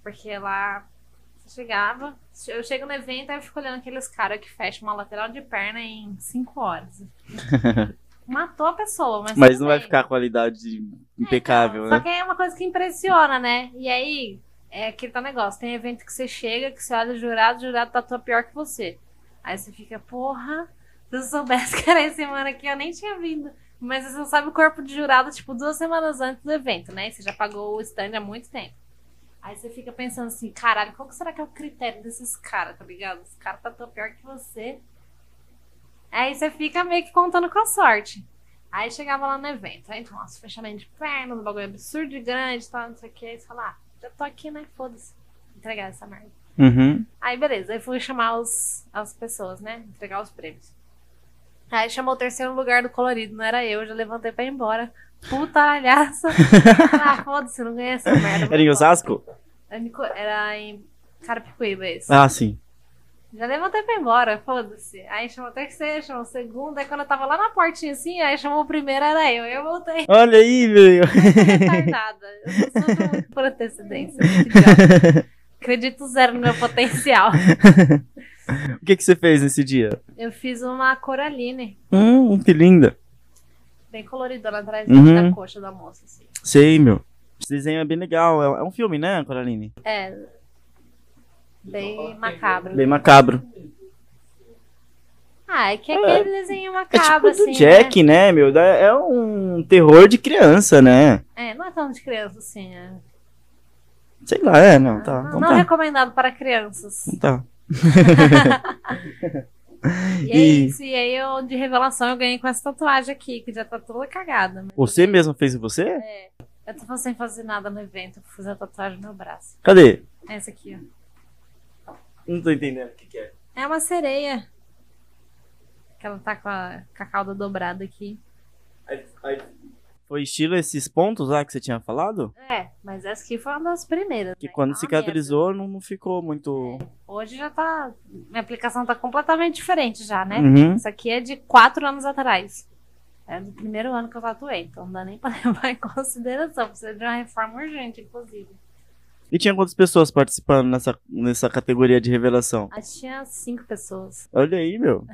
Speaker 3: Porque lá eu chegava, eu chego no evento, aí eu fico olhando aqueles caras que fecham uma lateral de perna em 5 horas. Matou a pessoa, mas.
Speaker 4: Mas
Speaker 3: tudo
Speaker 4: não vai
Speaker 3: bem.
Speaker 4: ficar a qualidade impecável,
Speaker 3: Só
Speaker 4: né?
Speaker 3: que é uma coisa que impressiona, né? E aí, é aquele tal negócio. Tem evento que você chega, que você olha o jurado, o jurado tatua pior que você. Aí você fica, porra, se eu soubesse que era esse mano aqui, eu nem tinha vindo. Mas você não sabe o corpo de jurado, tipo, duas semanas antes do evento, né? E você já pagou o stand há muito tempo. Aí você fica pensando assim, caralho, qual que será que é o critério desses caras, tá ligado? Os caras tatuam pior que você. Aí você fica meio que contando com a sorte. Aí chegava lá no evento, aí, nossa, fechamento de pernas, um bagulho absurdo de grande, tal, não sei o que. Aí você fala, ah, já tô aqui, né? Foda-se. Entregar essa merda.
Speaker 4: Uhum.
Speaker 3: Aí beleza, aí fui chamar os, as pessoas, né? Entregar os prêmios. Aí chamou o terceiro lugar do colorido, não era eu, já levantei pra ir embora. Puta alhaça. ah, foda-se, não ganhei essa merda.
Speaker 4: Era em Osasco?
Speaker 3: Era em Co- Era em Carapicuíba, esse.
Speaker 4: Ah, sim.
Speaker 3: Já levantei pra ir embora, foda-se. Aí chamou o terceiro, chamou o segundo. Aí quando eu tava lá na portinha assim, aí chamou o primeiro, era eu. Eu voltei
Speaker 4: Olha aí, meu.
Speaker 3: retardada. Eu sou muito por antecedência. muito idiota. Acredito zero no meu potencial.
Speaker 4: o que, que você fez nesse dia?
Speaker 3: Eu fiz uma coraline,
Speaker 4: Hum, que linda.
Speaker 3: bem coloridona atrás
Speaker 4: Uhum.
Speaker 3: da coxa da moça. Assim.
Speaker 4: Sei, meu. Esse desenho é bem legal. É é um filme, né, Coraline?
Speaker 3: É. Bem macabro.
Speaker 4: Bem macabro.
Speaker 3: Ah, é que é aquele desenho
Speaker 4: É
Speaker 3: macabro,
Speaker 4: tipo do
Speaker 3: assim.
Speaker 4: Jack, né? meu? Da- É um terror de criança, né?
Speaker 3: Né? É, não é tão de criança assim. É.
Speaker 4: Sei lá, é, não, tá.
Speaker 3: não
Speaker 4: Então
Speaker 3: Ah, não
Speaker 4: tá.
Speaker 3: recomendado para crianças.
Speaker 4: Então tá.
Speaker 3: E, é
Speaker 4: E-
Speaker 3: isso, e aí eu, de revelação, eu ganhei com essa tatuagem aqui, que já tá toda cagada. mas
Speaker 4: Você mesmo fez em você?
Speaker 3: Eu tava sem fazer nada no evento, eu fiz a tatuagem no meu braço.
Speaker 4: Cadê?
Speaker 3: É essa aqui, ó.
Speaker 4: Não tô entendendo o que, que é.
Speaker 3: É uma sereia. Que ela tá com a, com a cauda dobrada aqui.
Speaker 4: Foi estilo esses pontos lá que você tinha falado?
Speaker 3: É, mas essa aqui foi uma das primeiras.
Speaker 4: Que
Speaker 3: né?
Speaker 4: quando
Speaker 3: Tá uma
Speaker 4: cicatrizou não, não ficou muito.
Speaker 3: merda. Hoje já tá. Minha aplicação tá completamente diferente já, né?
Speaker 4: Uhum.
Speaker 3: Isso aqui é de quatro anos atrás. É do primeiro ano que eu tatuei, então não dá nem pra levar em consideração. Precisa de uma reforma urgente, inclusive.
Speaker 4: E tinha quantas pessoas participando nessa, nessa categoria de revelação?
Speaker 3: Aí tinha cinco pessoas.
Speaker 4: Olha aí, meu.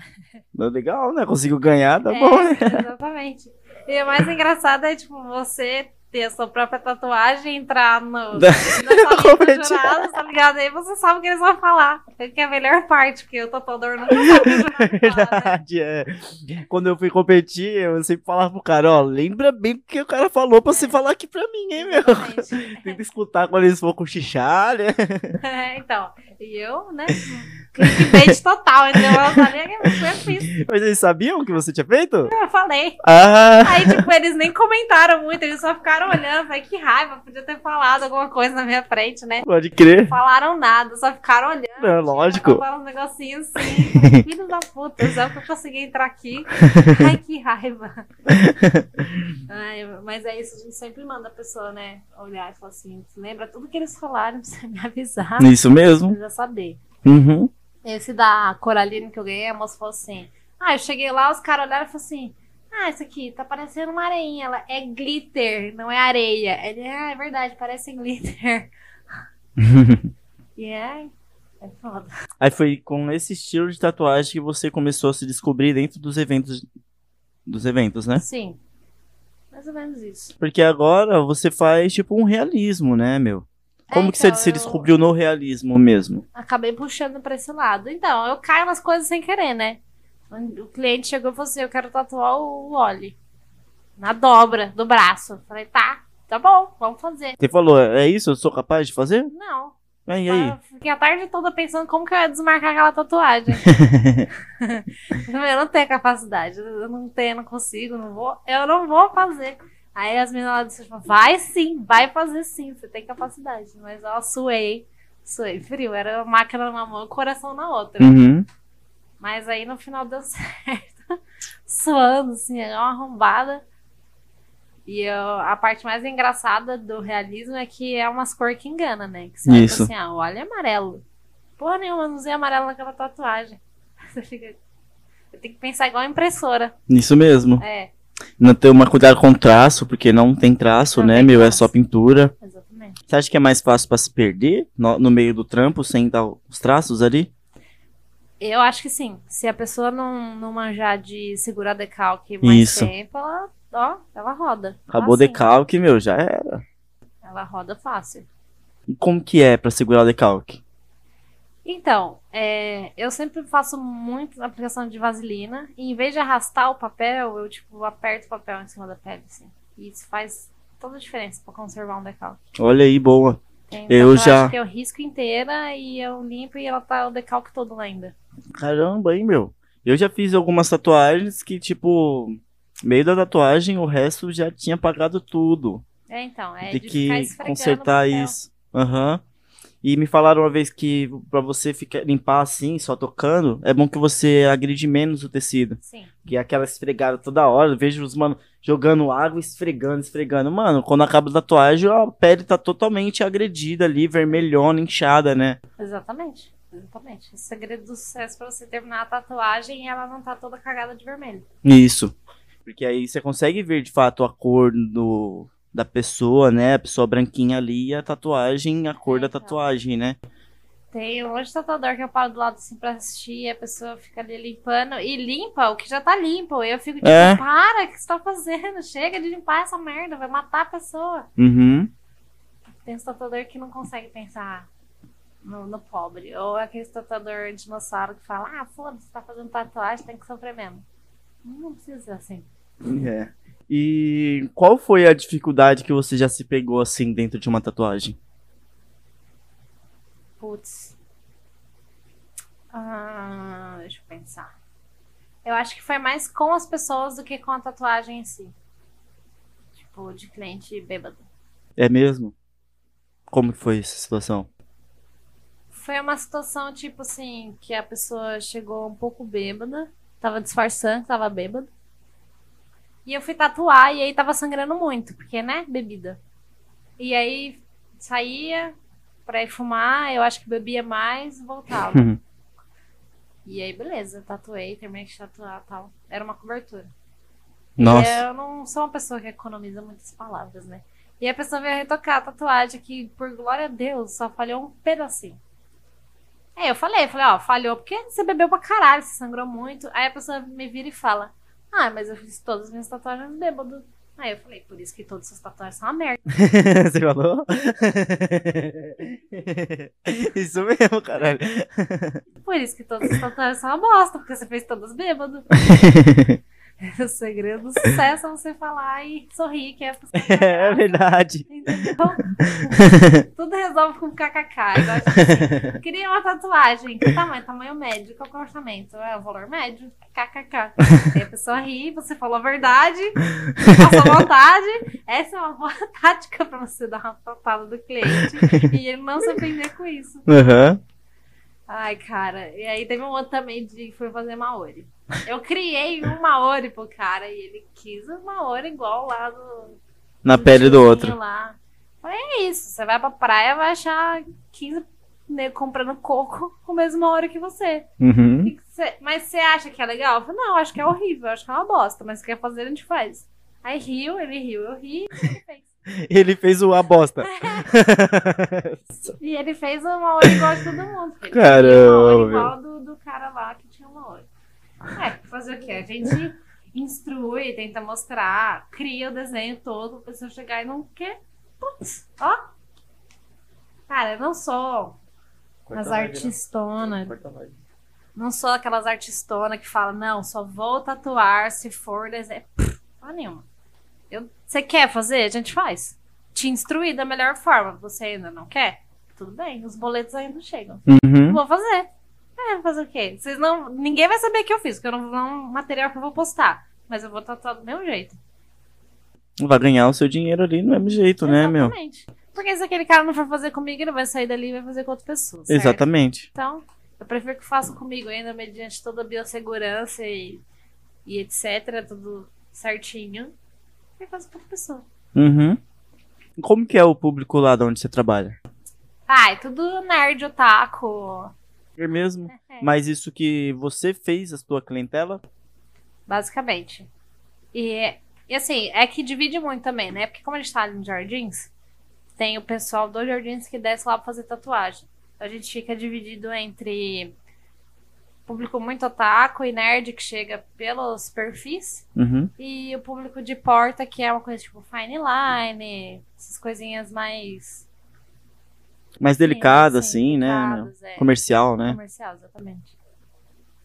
Speaker 4: Tá Legal, né? Conseguiu ganhar, tá
Speaker 3: É,
Speaker 4: bom, né?
Speaker 3: Exatamente. E o mais engraçado é, tipo, você ter a sua própria tatuagem, entrar no, na
Speaker 4: Da-
Speaker 3: sala
Speaker 4: competição.
Speaker 3: dos jurados, tá ligado? Aí você sabe o que eles vão falar. Que é a melhor parte, porque o tatuador nunca sabe o que o jurado fala, né?
Speaker 4: Verdade, é. Quando eu fui competir, eu sempre falava pro cara, ó, lembra bem o que o cara falou pra você falar aqui pra mim, hein,
Speaker 3: né?
Speaker 4: meu?
Speaker 3: Exatamente.
Speaker 4: Tenta escutar quando eles for cochichar, né?
Speaker 3: É, então, e eu, né? Clickbait total, entendeu? Eu falei "Ah, que eu fiz,
Speaker 4: Mas eles sabiam o que você tinha feito?
Speaker 3: eu falei.
Speaker 4: Ah!
Speaker 3: Aí, tipo, eles nem comentaram muito, eles só ficaram olhando, falei, que raiva, podia ter falado alguma coisa na minha frente, né?
Speaker 4: Pode
Speaker 3: Não
Speaker 4: crer.
Speaker 3: falaram nada, só ficaram olhando.
Speaker 4: Não, lógico.
Speaker 3: Falaram um negocinho assim, filho da puta, só que eu consegui entrar aqui. Ai, que raiva. Ai, mas é isso, a gente sempre manda a pessoa, né, olhar e falar assim, lembra tudo que eles falaram, precisa me avisar,
Speaker 4: Isso mesmo.
Speaker 3: precisa saber.
Speaker 4: Uhum.
Speaker 3: Esse da Coraline que eu ganhei, a moça falou assim: Ah, eu cheguei lá, os caras olharam e falaram assim: Ah, isso aqui tá parecendo uma areinha. Ela é glitter, não é areia. Ele, ah, é verdade, parece glitter. e é. É foda.
Speaker 4: Aí foi com esse estilo de tatuagem que você começou a se descobrir dentro dos eventos. Dos eventos, né?
Speaker 3: Sim. Mais ou menos isso.
Speaker 4: Porque agora você faz tipo um realismo, né, meu? Como
Speaker 3: É,
Speaker 4: que você
Speaker 3: então,
Speaker 4: se
Speaker 3: eu
Speaker 4: descobriu no realismo mesmo?
Speaker 3: Acabei puxando pra esse lado. Então, eu caio nas coisas sem querer, né? O cliente chegou e falou assim: Eu quero tatuar o Oli. Na dobra do braço. Eu Falei, tá, tá bom, vamos fazer.
Speaker 4: Você falou, é isso? Eu sou capaz de fazer?
Speaker 3: Não.
Speaker 4: Aí, e aí?
Speaker 3: Tava- Fiquei a tarde toda pensando como que eu ia desmarcar aquela tatuagem. eu não tenho capacidade, eu não tenho, não consigo, não vou, eu não vou fazer. Aí as meninas lá do sul falam, vai sim, vai fazer sim, você tem capacidade. Mas ó, suei, suei, frio, era a máquina numa mão e o coração na outra.
Speaker 4: Uhum.
Speaker 3: Mas aí no final deu certo. Suando, assim, era uma arrombada. E eu- a parte mais engraçada do realismo é que é umas cores que engana, né? Que você olha e
Speaker 4: Isso.
Speaker 3: fala assim, ah, olha amarelo. Porra nenhuma, eu não usei amarelo naquela tatuagem. Você fica. Eu tenho que pensar igual a impressora.
Speaker 4: Isso mesmo.
Speaker 3: É,
Speaker 4: Não ter uma cuidado com traço, porque não tem traço,
Speaker 3: Não
Speaker 4: né,
Speaker 3: tem
Speaker 4: meu? É
Speaker 3: traço.
Speaker 4: só pintura.
Speaker 3: exatamente.
Speaker 4: Você acha que é mais fácil pra se perder no, no meio do trampo, sem dar os traços ali?
Speaker 3: Eu acho que sim. Se a pessoa não, não manjar de segurar decalque mais
Speaker 4: Isso.
Speaker 3: tempo, ela, ó, ela roda.
Speaker 4: Acabou o
Speaker 3: Facinho.
Speaker 4: decalque, meu, já era.
Speaker 3: Ela roda fácil.
Speaker 4: E como que é pra segurar o decalque?
Speaker 3: Então, é, eu sempre faço muito aplicação de vaselina e em vez de arrastar o papel, eu tipo aperto o papel em cima da pele, assim. E isso faz toda a diferença pra conservar um decalque.
Speaker 4: Olha aí, boa.
Speaker 3: Tem
Speaker 4: Eu
Speaker 3: tatuagem
Speaker 4: já-
Speaker 3: que eu risco inteira e eu limpo e ela tá o decalque todo lá ainda.
Speaker 4: Caramba, hein, meu? Eu já fiz algumas tatuagens que, tipo, meio da tatuagem, o resto já tinha apagado tudo.
Speaker 3: É, então, é
Speaker 4: Tem
Speaker 3: de
Speaker 4: que
Speaker 3: ficar esfregando o
Speaker 4: consertar
Speaker 3: papel.
Speaker 4: isso. Aham. E me falaram uma vez que pra você ficar limpar assim, só tocando, é bom que você agride menos o tecido.
Speaker 3: Sim.
Speaker 4: Que é aquela esfregada toda hora. Eu vejo os mano jogando água, esfregando, esfregando. Mano, quando acaba a tatuagem, a pele tá totalmente agredida ali, vermelhona, inchada, né?
Speaker 3: Exatamente. Exatamente. O segredo do sucesso pra você terminar a tatuagem e ela não tá toda cagada de vermelho.
Speaker 4: Isso. Porque aí você consegue ver de fato a cor do, da pessoa, né? A pessoa branquinha ali e a tatuagem, a cor da
Speaker 3: Então.
Speaker 4: tatuagem, né?
Speaker 3: Tem um monte de tatuador que eu paro do lado assim pra assistir e a pessoa fica ali limpando e limpa o que já tá limpo. Eu fico tipo,
Speaker 4: É.
Speaker 3: para, o que você tá fazendo? Chega de limpar essa merda, vai matar a pessoa.
Speaker 4: Uhum.
Speaker 3: Tem uns tatuador que não consegue pensar no, no pobre. Ou aquele tatuador dinossauro que fala, ah, foda-se, tá fazendo tatuagem, tem que sofrer mesmo. Não precisa ser assim.
Speaker 4: É. E qual foi a dificuldade que você já se pegou assim dentro de uma tatuagem?
Speaker 3: Putz. Ah, deixa eu pensar. Eu acho que foi mais com as pessoas do que com a tatuagem em si. Tipo, de cliente bêbado.
Speaker 4: É mesmo? Como que foi essa situação?
Speaker 3: Foi uma situação, tipo assim, que a pessoa chegou um pouco bêbada. Tava disfarçando, que tava bêbada. E eu fui tatuar e aí tava sangrando muito, porque, né, bebida. E aí saía pra ir fumar, eu acho que bebia mais, voltava. E aí, beleza, tatuei, terminei de tatuar e tal. Era uma cobertura.
Speaker 4: Nossa.
Speaker 3: É, Eu não sou uma pessoa que economiza muitas palavras, né? E a pessoa veio retocar a tatuagem que, por glória a Deus, só falhou um pedacinho. Aí eu falei, falei, ó, falhou porque você bebeu pra caralho, você sangrou muito. Aí a pessoa me vira e fala, ah, mas eu fiz todas as minhas tatuagens bêbado. Aí eu falei, por isso que todas as suas tatuagens são uma merda.
Speaker 4: Você falou? Isso mesmo, caralho.
Speaker 3: Por isso que todas as tatuagens são uma bosta, porque você fez todas bêbado. o segredo do sucesso é você falar e sorrir, que é a pessoa
Speaker 4: É verdade.
Speaker 3: Entendeu? Então, Tudo resolve com kkk. Igual, tipo assim, queria uma tatuagem. Que tamanho? Tamanho médio. Qual que é o orçamento? É o valor médio? Kkk. Aí a pessoa ri, você falou a verdade, passou vontade. Essa é uma boa tática pra você dar uma patada do cliente e ele não se ofender com isso.
Speaker 4: Aham.
Speaker 3: Ai, cara. E aí teve um outro também de que foi fazer Maori. Eu criei um Maori pro cara e ele quis o Maori igual lá do
Speaker 4: Na pele do
Speaker 3: tiozinho
Speaker 4: outro.
Speaker 3: Lá. Falei, é isso. Você vai pra praia, vai achar 15 negros comprando coco com a mesma hora que você.
Speaker 4: Uhum.
Speaker 3: E que você- Mas você acha que é legal? Eu falei, não, acho que é horrível, acho que é uma bosta, mas se quer fazer, a gente faz. Aí riu, ele riu, eu ri e ele fez.
Speaker 4: Ele fez o a bosta.
Speaker 3: E ele fez uma hora igual de todo mundo. Ele queria
Speaker 4: Caramba,
Speaker 3: Uma hora igual do, do cara lá que tinha uma hora. É, fazer o quê? A gente instrui, tenta mostrar, cria o desenho todo, a pessoa chegar e não quer. Putz, ó. Cara, eu não sou as artistonas. Não sou aquelas artistonas que falam, não, só vou tatuar se for desenho. Pff, Porra nenhuma. Eu- Você quer fazer? A gente faz. Te instruir da melhor forma. Você ainda não quer? tudo bem, os boletos ainda não chegam.
Speaker 4: Uhum.
Speaker 3: Vou fazer. É, fazer o quê? Vocês não. Ninguém vai saber que eu fiz, porque eu não vou um material que eu vou postar. Mas eu vou tratar do meu jeito.
Speaker 4: Vai ganhar o seu dinheiro ali do mesmo jeito, né, meu?
Speaker 3: Exatamente. Porque se aquele cara não for fazer comigo, ele vai sair dali e vai fazer com outra pessoa. certo?
Speaker 4: Exatamente.
Speaker 3: Então, eu prefiro que faça comigo ainda, mediante toda a biossegurança e, e etc. Tudo certinho. E faça com outra pessoa.
Speaker 4: Uhum. Como que é o público lá de onde você trabalha?
Speaker 3: Ah, é tudo nerd, otaku.
Speaker 4: É mesmo?
Speaker 3: É,
Speaker 4: Mas isso que você fez, a sua clientela?
Speaker 3: Basicamente. E, e assim, é que divide muito também, né? Porque como a gente tá ali no Jardins, tem o pessoal do Jardins que desce lá pra fazer tatuagem. Então a gente fica dividido entre público muito otaku e nerd que chega pelos perfis.
Speaker 4: Uhum.
Speaker 3: E o público de porta, que é uma coisa tipo fine line, essas coisinhas mais.
Speaker 4: Mais delicada, assim, né? meu?
Speaker 3: delicadas, é.
Speaker 4: Comercial, né?
Speaker 3: Comercial, exatamente.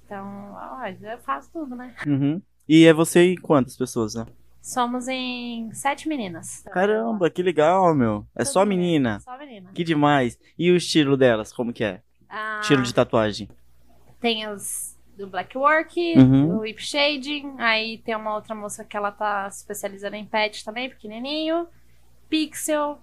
Speaker 3: Então, ó, eu faço tudo, né?
Speaker 4: Uhum. E é você e quantas pessoas, né?
Speaker 3: Somos em sete meninas.
Speaker 4: Caramba, que legal, meu. É
Speaker 3: Tudo
Speaker 4: só
Speaker 3: bem.
Speaker 4: menina.
Speaker 3: Só menina.
Speaker 4: Que demais. E o estilo delas, como que é?
Speaker 3: Ah,
Speaker 4: Estilo de tatuagem.
Speaker 3: Tem os do Black Work,
Speaker 4: Uhum.
Speaker 3: do Whip Shading, aí tem uma outra moça que ela tá se especializando em pet também, pequenininho, Pixel.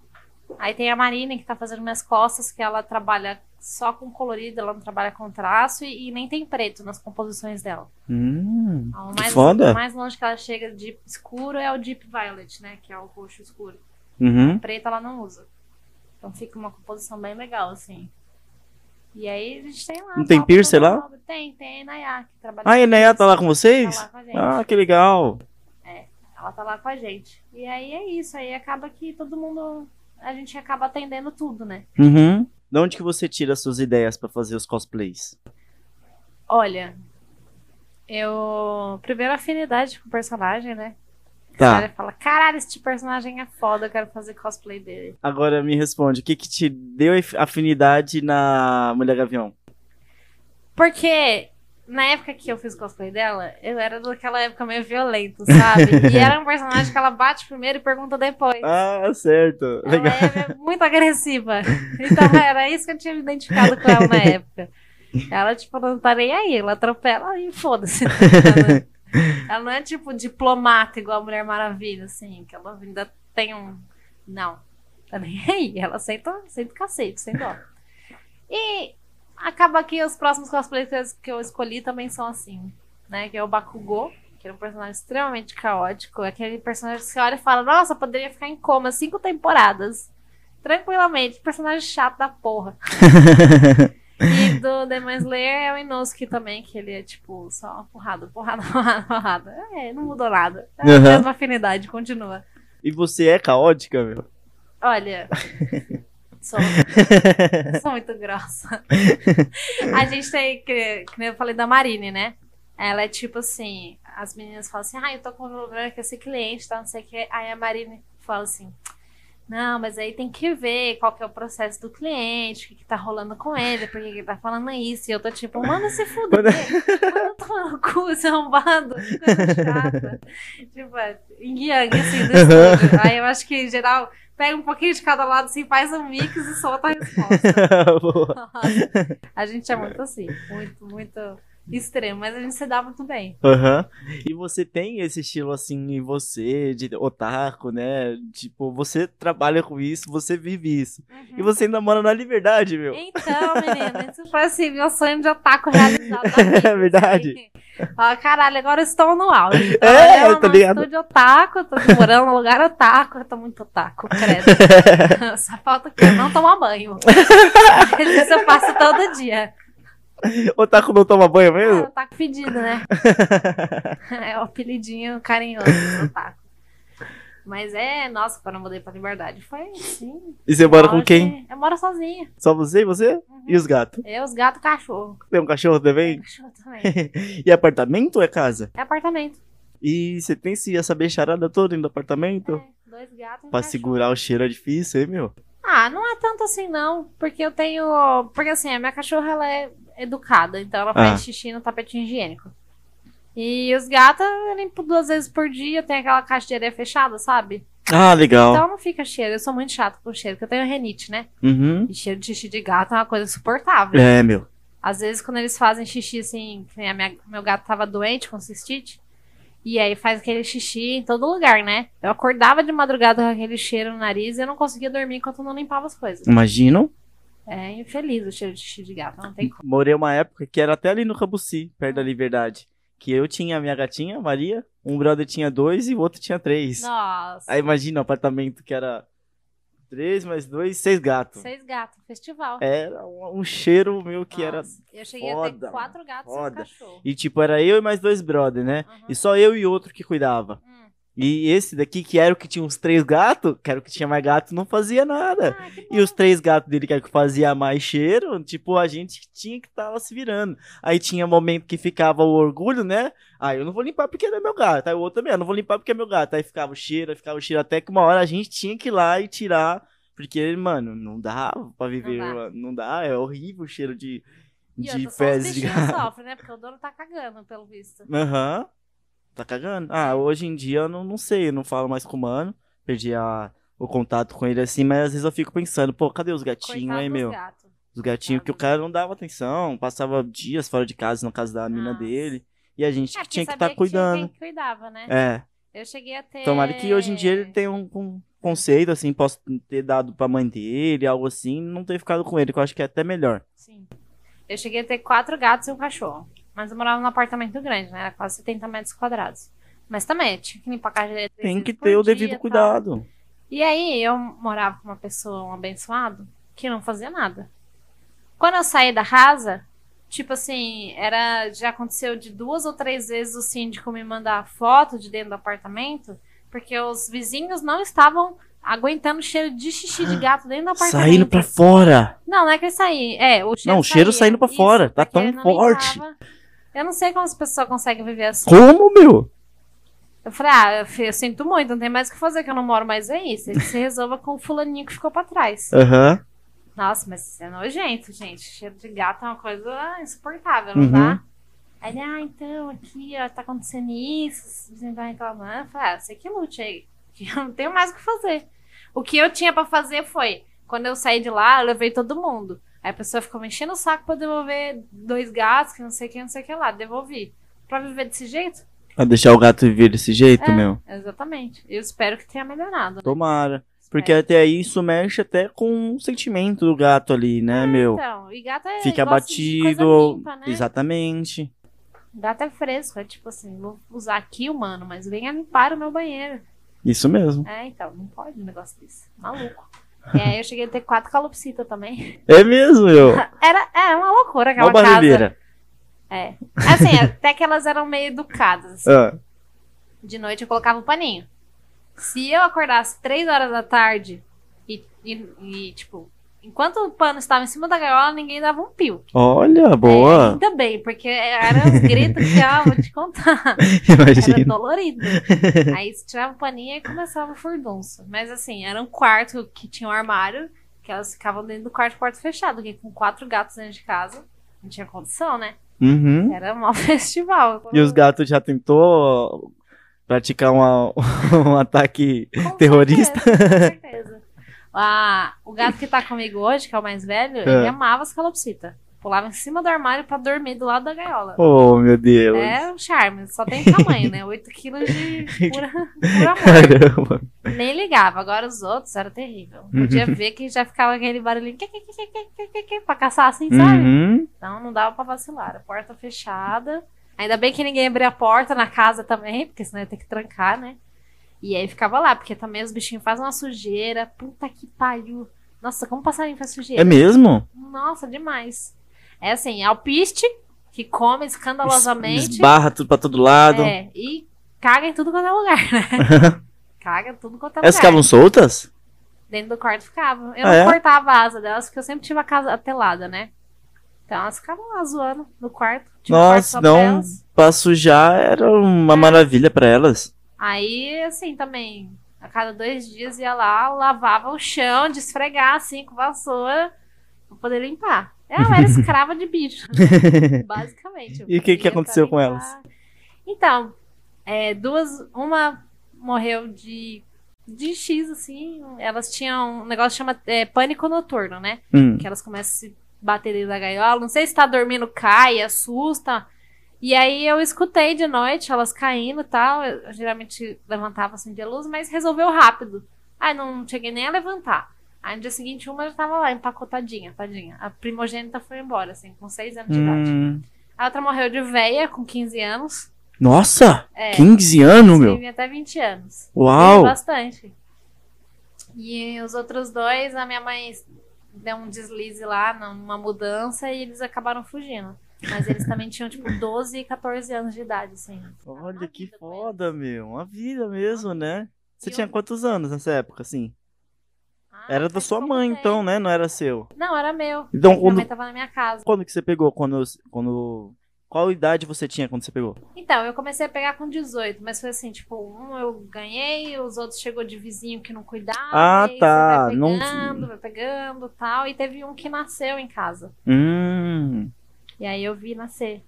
Speaker 3: Aí tem a Marina que tá fazendo minhas costas, que ela trabalha só com colorido, ela não trabalha com traço e, e nem tem preto nas composições dela.
Speaker 4: Hum.
Speaker 3: O
Speaker 4: Que
Speaker 3: mais,
Speaker 4: foda.
Speaker 3: o mais longe que ela chega de escuro é o Deep Violet, né, que é o roxo escuro.
Speaker 4: Uhum.
Speaker 3: preta ela não usa. Então fica uma composição bem legal, assim. E aí a gente tem lá.
Speaker 4: Não tem
Speaker 3: Paulo
Speaker 4: piercer lá?
Speaker 3: Gonçalves. Tem, tem a Inayá que trabalha.
Speaker 4: Ah, a
Speaker 3: com
Speaker 4: Enéia tá lá com
Speaker 3: piercing,
Speaker 4: vocês?
Speaker 3: Tá lá com a gente.
Speaker 4: Ah, que legal.
Speaker 3: Ela tá lá com a gente. E aí é isso, aí acaba que todo mundo. A gente acaba atendendo tudo, né?
Speaker 4: Uhum. De onde que você tira as suas ideias pra fazer os cosplays?
Speaker 3: Olha, eu. Primeiro afinidade com o personagem, né? O
Speaker 4: Tá.
Speaker 3: cara fala: caralho, esse personagem é foda, eu quero fazer cosplay dele.
Speaker 4: Agora me responde, o que que te deu afinidade na Mulher Gavião?
Speaker 3: Porque na época que eu fiz cosplay dela, eu era daquela época meio violento, sabe? E era um personagem que ela bate primeiro e pergunta depois.
Speaker 4: Ah, certo. Legal.
Speaker 3: Ela é muito agressiva. Então era isso que eu tinha me identificado com ela na época. Ela, tipo, não tá nem aí, ela atropela e foda-se. tá ligado? ela não é, tipo, diplomata igual a Mulher Maravilha, assim, que ela ainda tem um. Não, tá nem aí. Ela senta, senta o cacete, sem dó. E acaba que os próximos cosplays que eu- que eu escolhi também são assim, né? Que é o Bakugou, que é um personagem extremamente caótico. é Aquele personagem que você olha e fala, nossa, poderia ficar em coma cinco temporadas. Tranquilamente. Personagem chato da porra. e do Demon Slayer é o Inosuke também, que ele é tipo, só porrada, porrada, porrada, porrada. É, não mudou nada. É a
Speaker 4: Uhum.
Speaker 3: mesma afinidade, continua.
Speaker 4: E você é caótica, meu?
Speaker 3: Olha. Sou, sou muito grossa. A gente tem, que, que nem eu falei da Marine, né? Ela é tipo assim: as meninas falam assim, ah, eu tô com problema com esse cliente, tá, não sei o que. Aí a Marine fala assim. Não, mas aí tem que ver qual que é o processo do cliente, o que, que tá rolando com ele, por que, que ele tá falando isso. E eu tô tipo, manda se fuder, manda tomar no cu, seu arrombado, que coisa chata. Tipo, é, yin yang, assim, do estúdio. Aí eu acho que, em geral, pega um pouquinho de cada lado, assim, faz um mix e solta a resposta.
Speaker 4: Boa.
Speaker 3: a gente é muito assim, muito, muito extremo, mas a gente se dá muito bem.
Speaker 4: Aham. E você tem esse estilo assim em você, de otaku, né? Tipo, você trabalha com isso, você vive isso.
Speaker 3: Uhum.
Speaker 4: E você ainda mora na liberdade, meu.
Speaker 3: Então, menina, isso foi assim, meu sonho de ataco realizado. na vida,
Speaker 4: É verdade.
Speaker 3: assim. Ó, caralho, agora eu estou no auge. Tô
Speaker 4: É,
Speaker 3: trabalhando
Speaker 4: tá
Speaker 3: num
Speaker 4: ligado?
Speaker 3: Estúdio otaku, tô morando num lugar otaku, eu tô muito otaku, credo. Só falta que eu não tomar banho. Mas Isso eu faço todo dia.
Speaker 4: Otaku não toma banho
Speaker 3: Ah,
Speaker 4: mesmo?
Speaker 3: otaku fedido, né? é o apelidinho carinhoso do otaku. Mas é, nossa, quando eu mudei pra Liberdade, foi sim.
Speaker 4: E você mora com quem?
Speaker 3: Eu moro sozinha.
Speaker 4: Só você e você?
Speaker 3: Uhum.
Speaker 4: E os gatos?
Speaker 3: Eu, os gatos e o cachorro.
Speaker 4: Tem um cachorro também?
Speaker 3: Cachorro também.
Speaker 4: E apartamento ou é casa?
Speaker 3: É apartamento.
Speaker 4: E você tem se essa bicharada toda dentro do apartamento?
Speaker 3: É, dois gatos e um
Speaker 4: Pra
Speaker 3: cachorro.
Speaker 4: segurar o cheiro é difícil, hein, meu?
Speaker 3: Ah, não é tanto assim, não. Porque eu tenho. Porque assim, a minha cachorra ela é educada, então ela faz
Speaker 4: Ah.
Speaker 3: xixi no tapete higiênico. E os gatos eu limpo duas vezes por dia, tem aquela caixa de areia fechada, sabe?
Speaker 4: Ah, legal.
Speaker 3: Então não fica cheiro. Eu sou muito chata com cheiro, porque eu tenho renite, né?
Speaker 4: Uhum.
Speaker 3: E cheiro de xixi de gato é uma coisa insuportável.
Speaker 4: É, meu.
Speaker 3: Às vezes, quando eles fazem xixi assim, que nem a minha- meu gato tava doente com cistite, e aí faz aquele xixi em todo lugar, né? Eu acordava de madrugada com aquele cheiro no nariz e eu não conseguia dormir enquanto eu não limpava as coisas.
Speaker 4: Imaginam?
Speaker 3: É infeliz o cheiro de xixi de gato, não tem como.
Speaker 4: Morei uma época que era até ali no Cambuci, perto da Liberdade. Que eu tinha a minha gatinha, Maria, um brother tinha dois e o outro tinha três.
Speaker 3: Nossa,
Speaker 4: Aí imagina o apartamento que era três mais dois, seis gatos.
Speaker 3: seis gatos, festival.
Speaker 4: Era um, um cheiro meu que era.
Speaker 3: Nossa, Eu cheguei a
Speaker 4: foda,
Speaker 3: ter quatro gatos e um
Speaker 4: foda.
Speaker 3: cachorro.
Speaker 4: E tipo, era eu e mais dois brother, né?
Speaker 3: Aham.
Speaker 4: E só eu e outro que cuidava.
Speaker 3: Hum.
Speaker 4: E esse daqui, que era o que tinha uns três gatos, que era o que tinha mais gato, não fazia nada.
Speaker 3: Ah, que
Speaker 4: E os três gatos dele que era o que fazia mais cheiro, tipo, a gente tinha que tava se virando. Aí tinha momento que ficava o orgulho, né? Ah, eu não vou limpar porque ele é meu gato. Aí o outro também, eu não vou limpar porque é meu gato. Aí ficava o cheiro, aí ficava o cheiro, até que uma hora a gente tinha que ir lá e tirar. Porque, mano, não dá pra viver.
Speaker 3: dá.
Speaker 4: Não dá, é horrível o cheiro de,
Speaker 3: E
Speaker 4: de
Speaker 3: outra, só os
Speaker 4: fezes de
Speaker 3: bichinhos
Speaker 4: gato.
Speaker 3: sofrem, né? Porque o dono tá cagando, pelo visto.
Speaker 4: Aham. Tá cagando. Ah, hoje em dia eu não, não sei, eu não falo mais com o mano. Perdi a- o contato com ele assim, mas às vezes eu fico pensando, pô, cadê os gatinhos,
Speaker 3: Coitado
Speaker 4: hein,
Speaker 3: dos
Speaker 4: um meu?
Speaker 3: gatos.
Speaker 4: Os gatinhos que o cara não dava atenção, passava dias fora de casa, na casa da mina
Speaker 3: Nossa.
Speaker 4: dele. E a gente
Speaker 3: É,
Speaker 4: que tinha que
Speaker 3: porque
Speaker 4: estar
Speaker 3: sabia
Speaker 4: cuidando.
Speaker 3: Tinha quem cuidava, né?
Speaker 4: É.
Speaker 3: Eu cheguei a ter.
Speaker 4: Tomara que hoje em dia
Speaker 3: É.
Speaker 4: ele tenha um, um conceito, assim, posso ter dado pra mãe dele, algo assim, não ter ficado com ele, que eu acho que é até melhor.
Speaker 3: Sim. Eu cheguei a ter quatro gatos e um cachorro. Mas eu morava num apartamento grande, né? Era quase 70 metros quadrados. Mas também, eu tinha que limpar a casa dele três
Speaker 4: Tem
Speaker 3: vezes
Speaker 4: que
Speaker 3: por
Speaker 4: ter o
Speaker 3: um dia tá?
Speaker 4: devido
Speaker 3: e tal.
Speaker 4: cuidado.
Speaker 3: E aí eu morava com uma pessoa, um abençoado, que não fazia nada. Quando eu saí da casa, tipo assim, era já aconteceu de duas ou três vezes o síndico me mandar foto de dentro do apartamento, porque os vizinhos não estavam aguentando o cheiro de xixi de gato dentro do apartamento.
Speaker 4: Saindo pra fora.
Speaker 3: Não, não é que ele saía. É, o cheiro
Speaker 4: Não, o cheiro
Speaker 3: saía.
Speaker 4: saindo pra
Speaker 3: Isso,
Speaker 4: fora, tá
Speaker 3: porque
Speaker 4: tão
Speaker 3: ele não
Speaker 4: forte.
Speaker 3: limpava. Eu não sei como as pessoas conseguem viver assim.
Speaker 4: Como, meu?
Speaker 3: Eu falei, ah, eu, fi- eu sinto muito, não tem mais o que fazer, que eu não moro mais aí. Você se resolva com o fulaninho que ficou pra trás.
Speaker 4: Aham.
Speaker 3: Nossa, mas isso é nojento, gente. Cheiro de gato é uma coisa insuportável, não
Speaker 4: Uhum.
Speaker 3: dá? Aí ele, ah, então, aqui, ó, tá acontecendo isso, você vai reclamando. Eu falei, ah, você que lute aí, que eu não tenho mais o que fazer. O que eu tinha pra fazer foi, quando eu saí de lá, eu levei todo mundo. Aí a pessoa ficou me enchendo o saco pra devolver dois gatos, que não sei o que, não sei o que lá, devolvi. Pra viver desse jeito?
Speaker 4: Pra deixar o gato viver desse jeito,
Speaker 3: É.
Speaker 4: meu?
Speaker 3: Exatamente. Eu espero que tenha melhorado. né?
Speaker 4: Tomara. Porque
Speaker 3: É.
Speaker 4: até aí isso mexe até com o sentimento do gato ali, né, meu?
Speaker 3: Então, e gato é
Speaker 4: Fica
Speaker 3: gosta de coisa
Speaker 4: abatido.
Speaker 3: limpa, né?
Speaker 4: Exatamente.
Speaker 3: Gato é fresco, é tipo assim, vou usar aqui, humano, mas venha limpar o meu banheiro.
Speaker 4: Isso mesmo.
Speaker 3: É, então, não pode um negócio desse. Maluco. E aí eu cheguei a ter quatro calopsita também.
Speaker 4: É mesmo, meu.
Speaker 3: Era, era É uma loucura aquela
Speaker 4: Ó barulheira.
Speaker 3: casa. É. Assim, até que elas eram meio educadas. assim.
Speaker 4: Ah,
Speaker 3: De noite eu colocava um paninho. Se eu acordasse três horas da tarde e, e- e, tipo, enquanto o pano estava em cima da gaiola, ninguém dava um pio.
Speaker 4: Olha,
Speaker 3: É,
Speaker 4: boa.
Speaker 3: ainda bem, porque eram uns gritos que, ó, vou te contar. Era
Speaker 4: Imagina.
Speaker 3: dolorido. Aí você tirava o paninho e começava o furdunço. Mas assim, era um quarto que tinha um armário, que elas ficavam dentro do quarto, quarto fechado, porque com quatro gatos dentro de casa, não tinha condição, né?
Speaker 4: Uhum.
Speaker 3: Era um mau festival.
Speaker 4: E os gatos já tentou praticar uma- um ataque.
Speaker 3: Com
Speaker 4: terroristas?
Speaker 3: certeza, com certeza. Ah, o gato que tá comigo hoje, que é o mais velho, ele amava as calopsitas. Pulava em cima do armário pra dormir do lado da gaiola.
Speaker 4: Oh, meu Deus.
Speaker 3: É um charme, só tem tamanho, né? 8 quilos de pura, pura amor.
Speaker 4: Caramba.
Speaker 3: Nem ligava. Agora os outros era terrível.
Speaker 4: Uhum.
Speaker 3: Podia ver que já ficava aquele barulhinho que, que, que, que, que, que, que, que, pra caçar assim, sabe?
Speaker 4: Uhum.
Speaker 3: Então não dava pra vacilar. A porta fechada. Ainda bem que ninguém abria a porta na casa também, porque senão ia ter que trancar, né? E aí ficava lá, porque também os bichinhos fazem uma sujeira. Puta que pariu. Nossa, como passarinho faz sujeira?
Speaker 4: É mesmo?
Speaker 3: Nossa, demais. É assim, alpiste, que come escandalosamente.
Speaker 4: Esbarra tudo pra todo lado.
Speaker 3: É, e caga em tudo quanto é lugar, né? caga em tudo quanto é
Speaker 4: Elas
Speaker 3: lugar.
Speaker 4: ficavam soltas?
Speaker 3: Dentro do quarto ficava. Eu
Speaker 4: Ah, é?
Speaker 3: não cortava a asa delas, porque eu sempre tive a casa telada, né? Então elas ficavam lá zoando no quarto. Tinha um quarto
Speaker 4: Nossa,
Speaker 3: só pra
Speaker 4: não.
Speaker 3: elas.
Speaker 4: Pra sujar era uma maravilha pra elas.
Speaker 3: Aí, assim, também, a cada dois dias ia lá, lavava o chão, de esfregar, assim, com vassoura, pra poder limpar. Ela era escrava de bicho, basicamente.
Speaker 4: E o que que
Speaker 3: Ia pra
Speaker 4: aconteceu com
Speaker 3: limpar.
Speaker 4: elas?
Speaker 3: Então, é, duas, uma morreu de de X, assim. Elas tinham um negócio que chama é, pânico noturno, né?
Speaker 4: Hum.
Speaker 3: Que elas começam a se bater dentro da gaiola. Não sei se tá dormindo, cai, assusta. E aí eu escutei de noite elas caindo e tal. Eu geralmente levantava assim de luz, mas resolveu rápido. Aí não cheguei nem a levantar. Aí no dia seguinte uma já tava lá, empacotadinha, tadinha. A primogênita foi embora, assim, com 6 anos de idade.
Speaker 4: Hum.
Speaker 3: A outra morreu de véia, com 15 anos.
Speaker 4: Nossa!
Speaker 3: É,
Speaker 4: 15 anos, meu!
Speaker 3: Vive até 20 anos. Teve
Speaker 4: Uau!
Speaker 3: Bastante. E os outros dois, a minha mãe deu um deslize lá, numa mudança, e eles acabaram fugindo. Mas eles também tinham, tipo, 12 e 14 anos de idade, assim.
Speaker 4: Olha
Speaker 3: Uma
Speaker 4: que
Speaker 3: vida com
Speaker 4: foda, meu! Uma vida mesmo, né? Você
Speaker 3: E
Speaker 4: tinha
Speaker 3: eu-
Speaker 4: quantos anos nessa época, assim?
Speaker 3: Ah,
Speaker 4: Era da
Speaker 3: faz
Speaker 4: sua
Speaker 3: pouco
Speaker 4: mãe,
Speaker 3: tempo.
Speaker 4: então, né? Não era seu.
Speaker 3: Não, era meu.
Speaker 4: Então,
Speaker 3: Minha
Speaker 4: quando,
Speaker 3: mãe tava na minha casa.
Speaker 4: quando que você pegou? Quando, quando... Qual idade você tinha quando você pegou?
Speaker 3: Então, eu comecei a pegar com 18, mas foi assim, tipo, um eu ganhei, os outros chegou de vizinho que não cuidava.
Speaker 4: Ah,
Speaker 3: e aí
Speaker 4: tá,
Speaker 3: Você
Speaker 4: não-
Speaker 3: vai pegando, vai pegando, tal. E teve um que nasceu em casa.
Speaker 4: Hum...
Speaker 3: E aí eu vi nascer.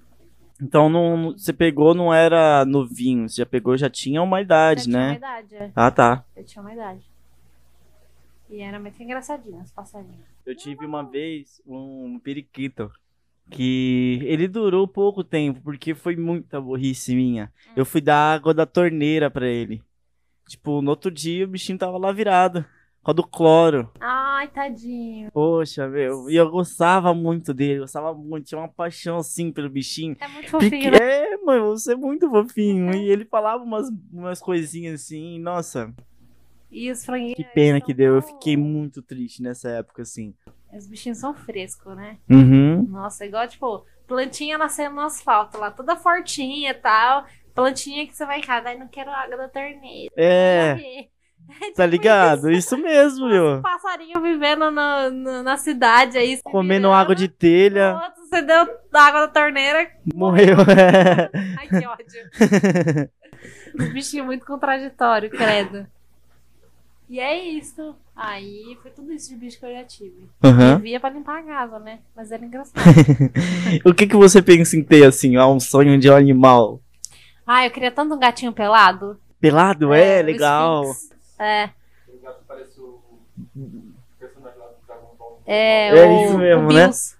Speaker 4: Então não, não- você pegou, não era novinho, você já pegou, já tinha uma idade,
Speaker 3: Já tinha uma
Speaker 4: né?
Speaker 3: idade, é.
Speaker 4: Ah, tá.
Speaker 3: Eu tinha uma idade. E era muito engraçadinho os passarinhos.
Speaker 4: Eu tive uma vez um periquito que ele durou pouco tempo, porque foi muita burrice minha.
Speaker 3: Hum.
Speaker 4: Eu fui dar água da torneira pra ele. Tipo, no outro dia o bichinho tava lá virado, com a do cloro.
Speaker 3: Ai, tadinho.
Speaker 4: Poxa, meu. E eu gostava muito dele, gostava muito, tinha uma paixão assim pelo bichinho.
Speaker 3: É muito
Speaker 4: Peque-
Speaker 3: fofinho, né? Uhum.
Speaker 4: É, mano, você é muito fofinho. E ele falava umas, umas coisinhas assim, nossa.
Speaker 3: E os franguinhos.
Speaker 4: Que pena
Speaker 3: eles
Speaker 4: que
Speaker 3: são
Speaker 4: deu, eu
Speaker 3: tão-
Speaker 4: fiquei muito triste nessa época, assim.
Speaker 3: Os bichinhos são frescos, né?
Speaker 4: Uhum.
Speaker 3: Nossa, igual, tipo, plantinha nascendo no asfalto lá, toda fortinha e tal. Plantinha que você vai em casa, ai, não quero água da torneira.
Speaker 4: É,
Speaker 3: morrer." tipo
Speaker 4: tá ligado? Isso mesmo,
Speaker 3: Os
Speaker 4: meu.
Speaker 3: passarinhos vivendo no- no- na cidade aí. se
Speaker 4: Comendo
Speaker 3: virando.
Speaker 4: água de telha,
Speaker 3: Outro, Você deu água da torneira.
Speaker 4: morreu. é.
Speaker 3: Ai, que ódio. Um bichinho muito contraditório, credo. E é isso. Aí foi tudo isso de bicho que eu já tive.
Speaker 4: Uhum.
Speaker 3: Vivia pra limpar a casa, né? Mas era engraçado.
Speaker 4: O que que você pensa em ter, assim, ó, um sonho de um animal?
Speaker 3: Ah, eu queria tanto um gatinho pelado.
Speaker 4: Pelado? É,
Speaker 3: o
Speaker 4: legal.
Speaker 3: Sphinx. É.
Speaker 4: É
Speaker 3: É, o,
Speaker 4: isso
Speaker 3: o
Speaker 4: mesmo, né?
Speaker 3: Bills.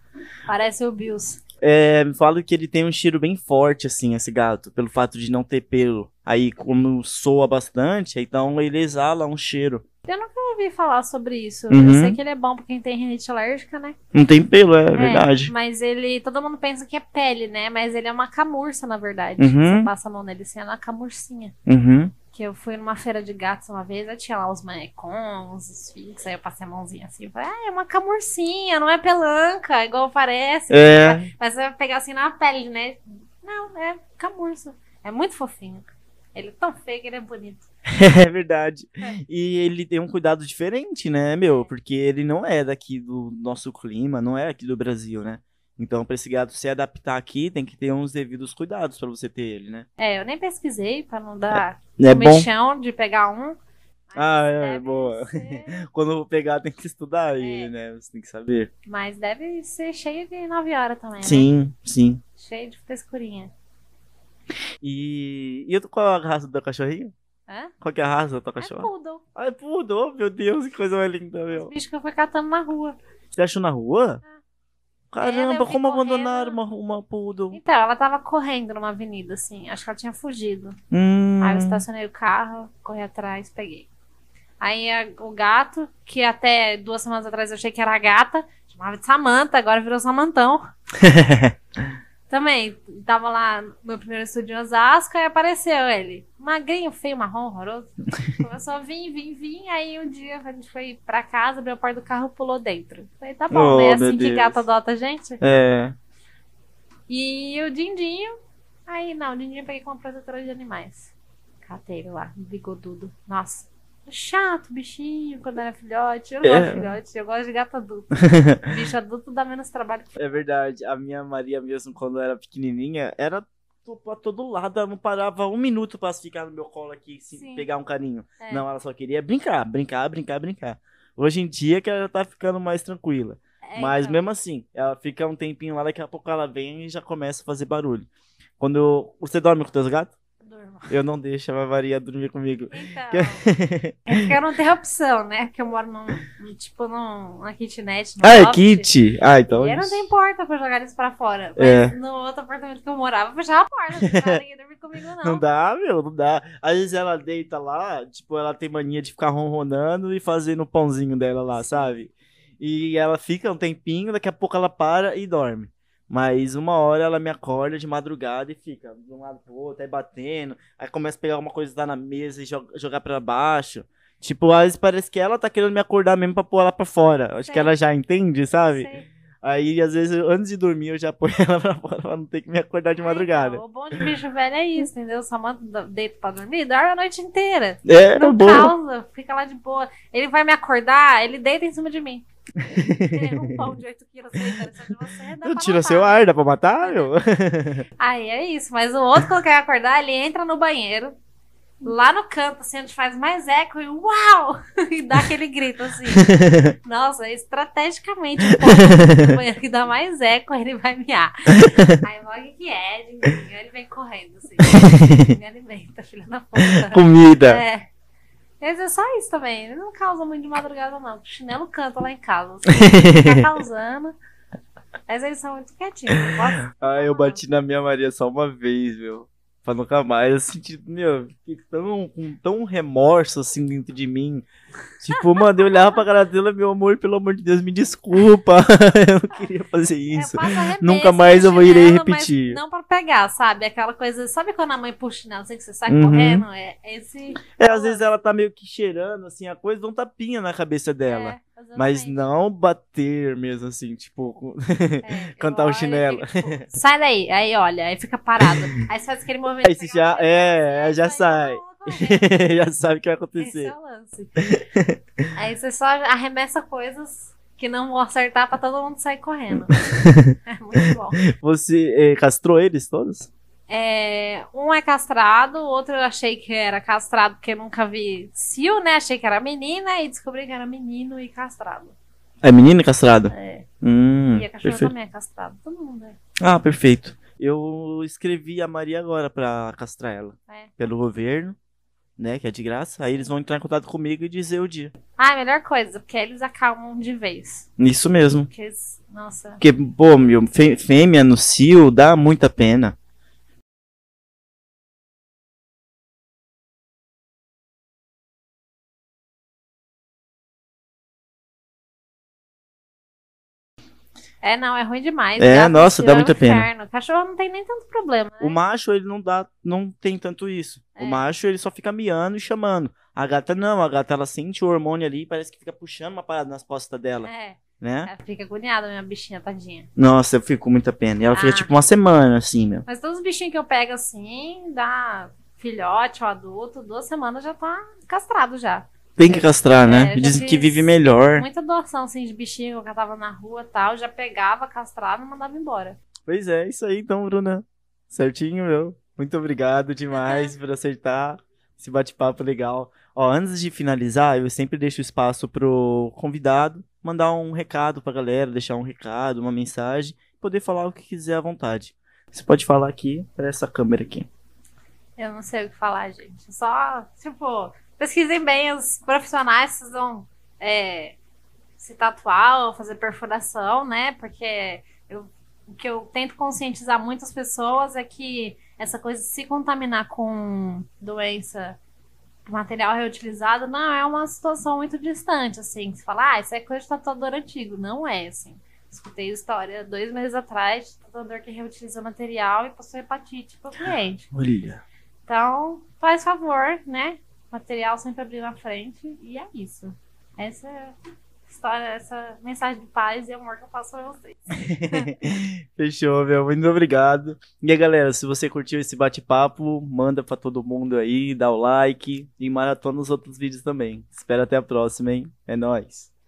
Speaker 3: Parece o Bills.
Speaker 4: É, me falam que ele tem um cheiro bem forte, assim, esse gato, pelo fato de não ter pelo. Aí, como soa bastante, então ele exala um cheiro.
Speaker 3: Eu ouvi falar sobre isso. Eu
Speaker 4: Uhum.
Speaker 3: sei que ele é bom pra quem tem rinite alérgica, né?
Speaker 4: Não tem pelo, é, verdade.
Speaker 3: Mas ele, todo mundo pensa que é pele, né? Mas ele é uma camurça, na verdade.
Speaker 4: Uhum.
Speaker 3: Você passa a mão nele assim, é uma camurcinha.
Speaker 4: Uhum.
Speaker 3: Que eu fui numa feira de gatos uma vez, aí tinha lá os manecons, os esfinx, aí eu passei a mãozinha assim, falei, ah, é uma camurcinha, não é pelanca, igual parece.
Speaker 4: É,
Speaker 3: Mas você vai pegar assim na pele, né? Não, é camurça. É muito fofinho. Ele é tão feio que ele é bonito.
Speaker 4: é verdade.
Speaker 3: É.
Speaker 4: E ele tem um cuidado diferente, né, meu? Porque ele não é daqui do nosso clima, não é aqui do Brasil, né? Então, pra esse gato se adaptar aqui, tem que ter uns devidos cuidados pra você ter ele, né?
Speaker 3: É, eu nem pesquisei pra não dar
Speaker 4: É bom
Speaker 3: mexão de pegar um. mas
Speaker 4: Ah, é,
Speaker 3: deve
Speaker 4: boa.
Speaker 3: ser-
Speaker 4: quando eu pegar, tem que estudar ele, né? Você tem que saber.
Speaker 3: mas deve ser cheio de 9 horas também, né?
Speaker 4: Sim, sim.
Speaker 3: Cheio de frescurinha.
Speaker 4: E, e eu tô- qual é a raça do teu cachorrinho?
Speaker 3: Hã?
Speaker 4: Qual que é a raça do teu
Speaker 3: É
Speaker 4: cachorro?
Speaker 3: poodle.
Speaker 4: Ai, pudo, oh, meu Deus, que coisa mais linda,
Speaker 3: Os
Speaker 4: meu.
Speaker 3: bichos que eu fui catando na rua.
Speaker 4: Você achou na rua?
Speaker 3: Ah. Ela,
Speaker 4: Caramba,
Speaker 3: eu vi
Speaker 4: como abandonaram
Speaker 3: correndo.
Speaker 4: uma, uma poodle?
Speaker 3: Então, ela tava correndo numa avenida, assim. Acho que ela tinha fugido.
Speaker 4: Hum.
Speaker 3: Aí Ah, eu estacionei o carro, corri atrás, peguei. Aí a- o gato, que até duas semanas atrás eu achei que era a gata, chamava de Samanta, agora virou Samantão. Também, tava lá no meu primeiro estúdio em Osasco, aí apareceu ele. Magrinho, feio, marrom, horroroso. Começou a vir, vir, vir. Aí um dia a gente foi pra casa, abriu a porta do carro e pulou dentro. Falei, tá bom,
Speaker 4: Oh,
Speaker 3: né? É
Speaker 4: meu
Speaker 3: assim que
Speaker 4: Deus.
Speaker 3: gato adota a gente.
Speaker 4: É.
Speaker 3: E o Dindinho. Aí, não, o Dindinho eu peguei com uma protetora de animais. Catei ele lá, bigodudo. Nossa, chato bichinho quando era filhote. Eu não
Speaker 4: É.
Speaker 3: gosto de filhote, eu gosto de gato adulto. Bicho adulto dá menos trabalho que
Speaker 4: É verdade. A minha Maria mesmo, quando era pequenininha, era to- pra todo lado. Ela não parava um minuto pra ficar no meu colo aqui, se
Speaker 3: Sim.
Speaker 4: pegar um carinho.
Speaker 3: É.
Speaker 4: Não, ela só queria brincar, brincar, brincar, brincar. Hoje em dia que ela tá ficando mais tranquila.
Speaker 3: é,
Speaker 4: Mas
Speaker 3: então.
Speaker 4: mesmo assim, ela fica um tempinho lá, daqui a pouco ela vem e já começa a fazer barulho. Quando eu- você dorme com teus gatos?
Speaker 3: durmo.
Speaker 4: Eu não deixava a Maria dormir comigo.
Speaker 3: Então, é porque eu não tenho opção, né? Porque eu moro num, num- tipo, num, numa kitnet. Num
Speaker 4: Ah, é
Speaker 3: loft.
Speaker 4: kit? Ah, então.
Speaker 3: E eu não
Speaker 4: isso.
Speaker 3: tenho porta pra jogar eles pra fora. Mas
Speaker 4: É.
Speaker 3: no outro apartamento que eu morava, eu fechava a porta. Não deixava ninguém dormir comigo, não.
Speaker 4: Não dá, meu, não dá. Às vezes ela deita lá, tipo, ela tem mania de ficar ronronando e fazendo o pãozinho dela lá, sabe? E ela fica um tempinho, daqui a pouco ela para e dorme. Mas uma hora ela me acorda de madrugada e fica de um lado pro outro, aí batendo, aí começa a pegar alguma coisa lá na mesa e jo- jogar pra baixo. Tipo, às vezes parece que ela tá querendo me acordar mesmo pra pôr ela pra fora. Acho que
Speaker 3: Sei.
Speaker 4: ela já entende, sabe?
Speaker 3: Sei.
Speaker 4: Aí, às vezes, eu- antes de dormir, eu já ponho ela pra fora pra não ter que me acordar de
Speaker 3: Ah,
Speaker 4: madrugada.
Speaker 3: então, o bom de bicho velho é isso, entendeu? Só manda, deito pra dormir, dorme a noite inteira.
Speaker 4: É, era
Speaker 3: Não
Speaker 4: bom.
Speaker 3: causa, fica lá de boa. Ele vai me acordar, ele deita em cima de mim. Ele é um pão de 8 quilos deitando em cima de você. dá
Speaker 4: Eu
Speaker 3: pra
Speaker 4: tiro
Speaker 3: matar. né?
Speaker 4: seu ar, dá pra matar, meu?
Speaker 3: Aí é isso, mas o outro, quando quer acordar, ele entra no banheiro, lá no canto, assim, onde faz mais eco, e uau! E dá aquele grito assim. Nossa, estrategicamente, o ponto do banheiro que dá mais eco, ele vai miar. Aí logo que é, de manhã, ele vem correndo, assim. Me alimenta, filha da puta.
Speaker 4: Comida.
Speaker 3: É. Mas é só isso também. Ele não causa muito de madrugada, não. O chinelo canta lá em casa. Assim, fica causando. Mas eles são muito quietinhos. eu gosto
Speaker 4: Ah, eu bati na minha Maria só uma vez, meu. Pra nunca mais. Eu senti, meu, fiquei tão, com tão remorso assim dentro de mim. Tipo, mano, eu olhava pra cara dela, meu amor, pelo amor de Deus, me desculpa. Eu não queria fazer isso.
Speaker 3: É, passa arremesso
Speaker 4: Nunca mais eu vou irei
Speaker 3: chinelo, mas
Speaker 4: repetir.
Speaker 3: Não pra pegar, sabe? Aquela coisa. Sabe quando a mãe puxa o chinelo assim que você sai
Speaker 4: Uhum.
Speaker 3: correndo? É é esse.
Speaker 4: É, às vezes ela tá meio que cheirando, assim, a coisa, dá um tapinha na cabeça dela.
Speaker 3: é, exatamente.
Speaker 4: Mas não bater mesmo, assim, tipo. com-
Speaker 3: É,
Speaker 4: cantar tá
Speaker 3: eu
Speaker 4: o
Speaker 3: olho e
Speaker 4: chinelo.
Speaker 3: fico, tipo, sai daí. Aí olha, aí fica parado. Aí você faz aquele movimento.
Speaker 4: Aí você já- é, já sai. Já sabe o que vai acontecer.
Speaker 3: Esse é o lance. Aí você só arremessa coisas que não vão acertar pra todo mundo sair correndo. É muito bom.
Speaker 4: Você eh, castrou eles todos?
Speaker 3: É, um é castrado, o outro eu achei que era castrado porque eu nunca vi cio, né? Achei que era menina e descobri que era menino e castrado.
Speaker 4: É menino castrado?
Speaker 3: É.
Speaker 4: Hum,
Speaker 3: e a cachorra
Speaker 4: perfeito.
Speaker 3: também é castrada. Todo mundo é.
Speaker 4: Ah, perfeito. Eu escrevi a Maria agora pra castrar ela.
Speaker 3: É.
Speaker 4: Pelo governo, né? Que é de graça. Aí eles vão entrar em contato comigo e dizer o dia.
Speaker 3: Ah, é a melhor coisa, porque aí eles acalmam de vez.
Speaker 4: Isso mesmo.
Speaker 3: Porque eles, nossa,
Speaker 4: Porque, pô, meu, fê- fêmea no cio dá muita pena.
Speaker 3: é não, é ruim demais.
Speaker 4: É,
Speaker 3: Gato
Speaker 4: nossa,
Speaker 3: cio
Speaker 4: dá
Speaker 3: é um
Speaker 4: muita pena.
Speaker 3: inferno. Cachorro não tem nem tanto problema. né?
Speaker 4: O macho, ele não dá, não tem tanto isso.
Speaker 3: É.
Speaker 4: O macho, ele só fica miando e chamando. A gata não, a gata ela sente o hormônio ali e parece que fica puxando uma parada nas costas dela,
Speaker 3: É,
Speaker 4: né?
Speaker 3: ela fica agoniada, minha bichinha, tadinha.
Speaker 4: Nossa, eu fico com muita pena. E ela fica
Speaker 3: Ah.
Speaker 4: tipo uma semana assim, meu.
Speaker 3: Mas todos os bichinhos que eu pego assim, dá filhote ou adulto, duas semanas já tá castrado já.
Speaker 4: Tem que castrar,
Speaker 3: É,
Speaker 4: né?
Speaker 3: eu já
Speaker 4: Dizem que
Speaker 3: fiz
Speaker 4: vive melhor.
Speaker 3: Muita doação, assim, de bichinho que eu catava na rua e tal. Já pegava, castrava e mandava embora.
Speaker 4: Pois é, isso aí então, Bruna. Certinho, meu. Muito obrigado demais por acertar esse bate-papo legal. Ó, antes de finalizar, eu sempre deixo espaço pro convidado mandar um recado pra galera, deixar um recado, uma mensagem, poder falar o que quiser à vontade. Você pode falar aqui para essa câmera aqui.
Speaker 3: Eu não sei o que falar, gente. Só, tipo, pesquisem bem os profissionais que vocês vão é, se tatuar ou fazer perfuração, né? Porque eu- o que eu tento conscientizar muitas pessoas é que essa coisa de se contaminar com doença, material reutilizado, não é uma situação muito distante, assim. que Você fala, ah, isso é coisa de tatuador antigo. Não é, assim. Escutei história dois meses atrás de tatuador que reutiliza material e passou hepatite para o cliente.
Speaker 4: Olha.
Speaker 3: Então, faz favor, né? Material sempre abrir na frente. E é isso. Essa é a história, essa mensagem de paz e amor que eu passo pra vocês.
Speaker 4: Fechou, meu. Muito obrigado. E aí, galera, se você curtiu esse bate-papo, manda pra todo mundo aí, dá o like e maratona os outros vídeos também. Espero até a próxima, hein? É nóis.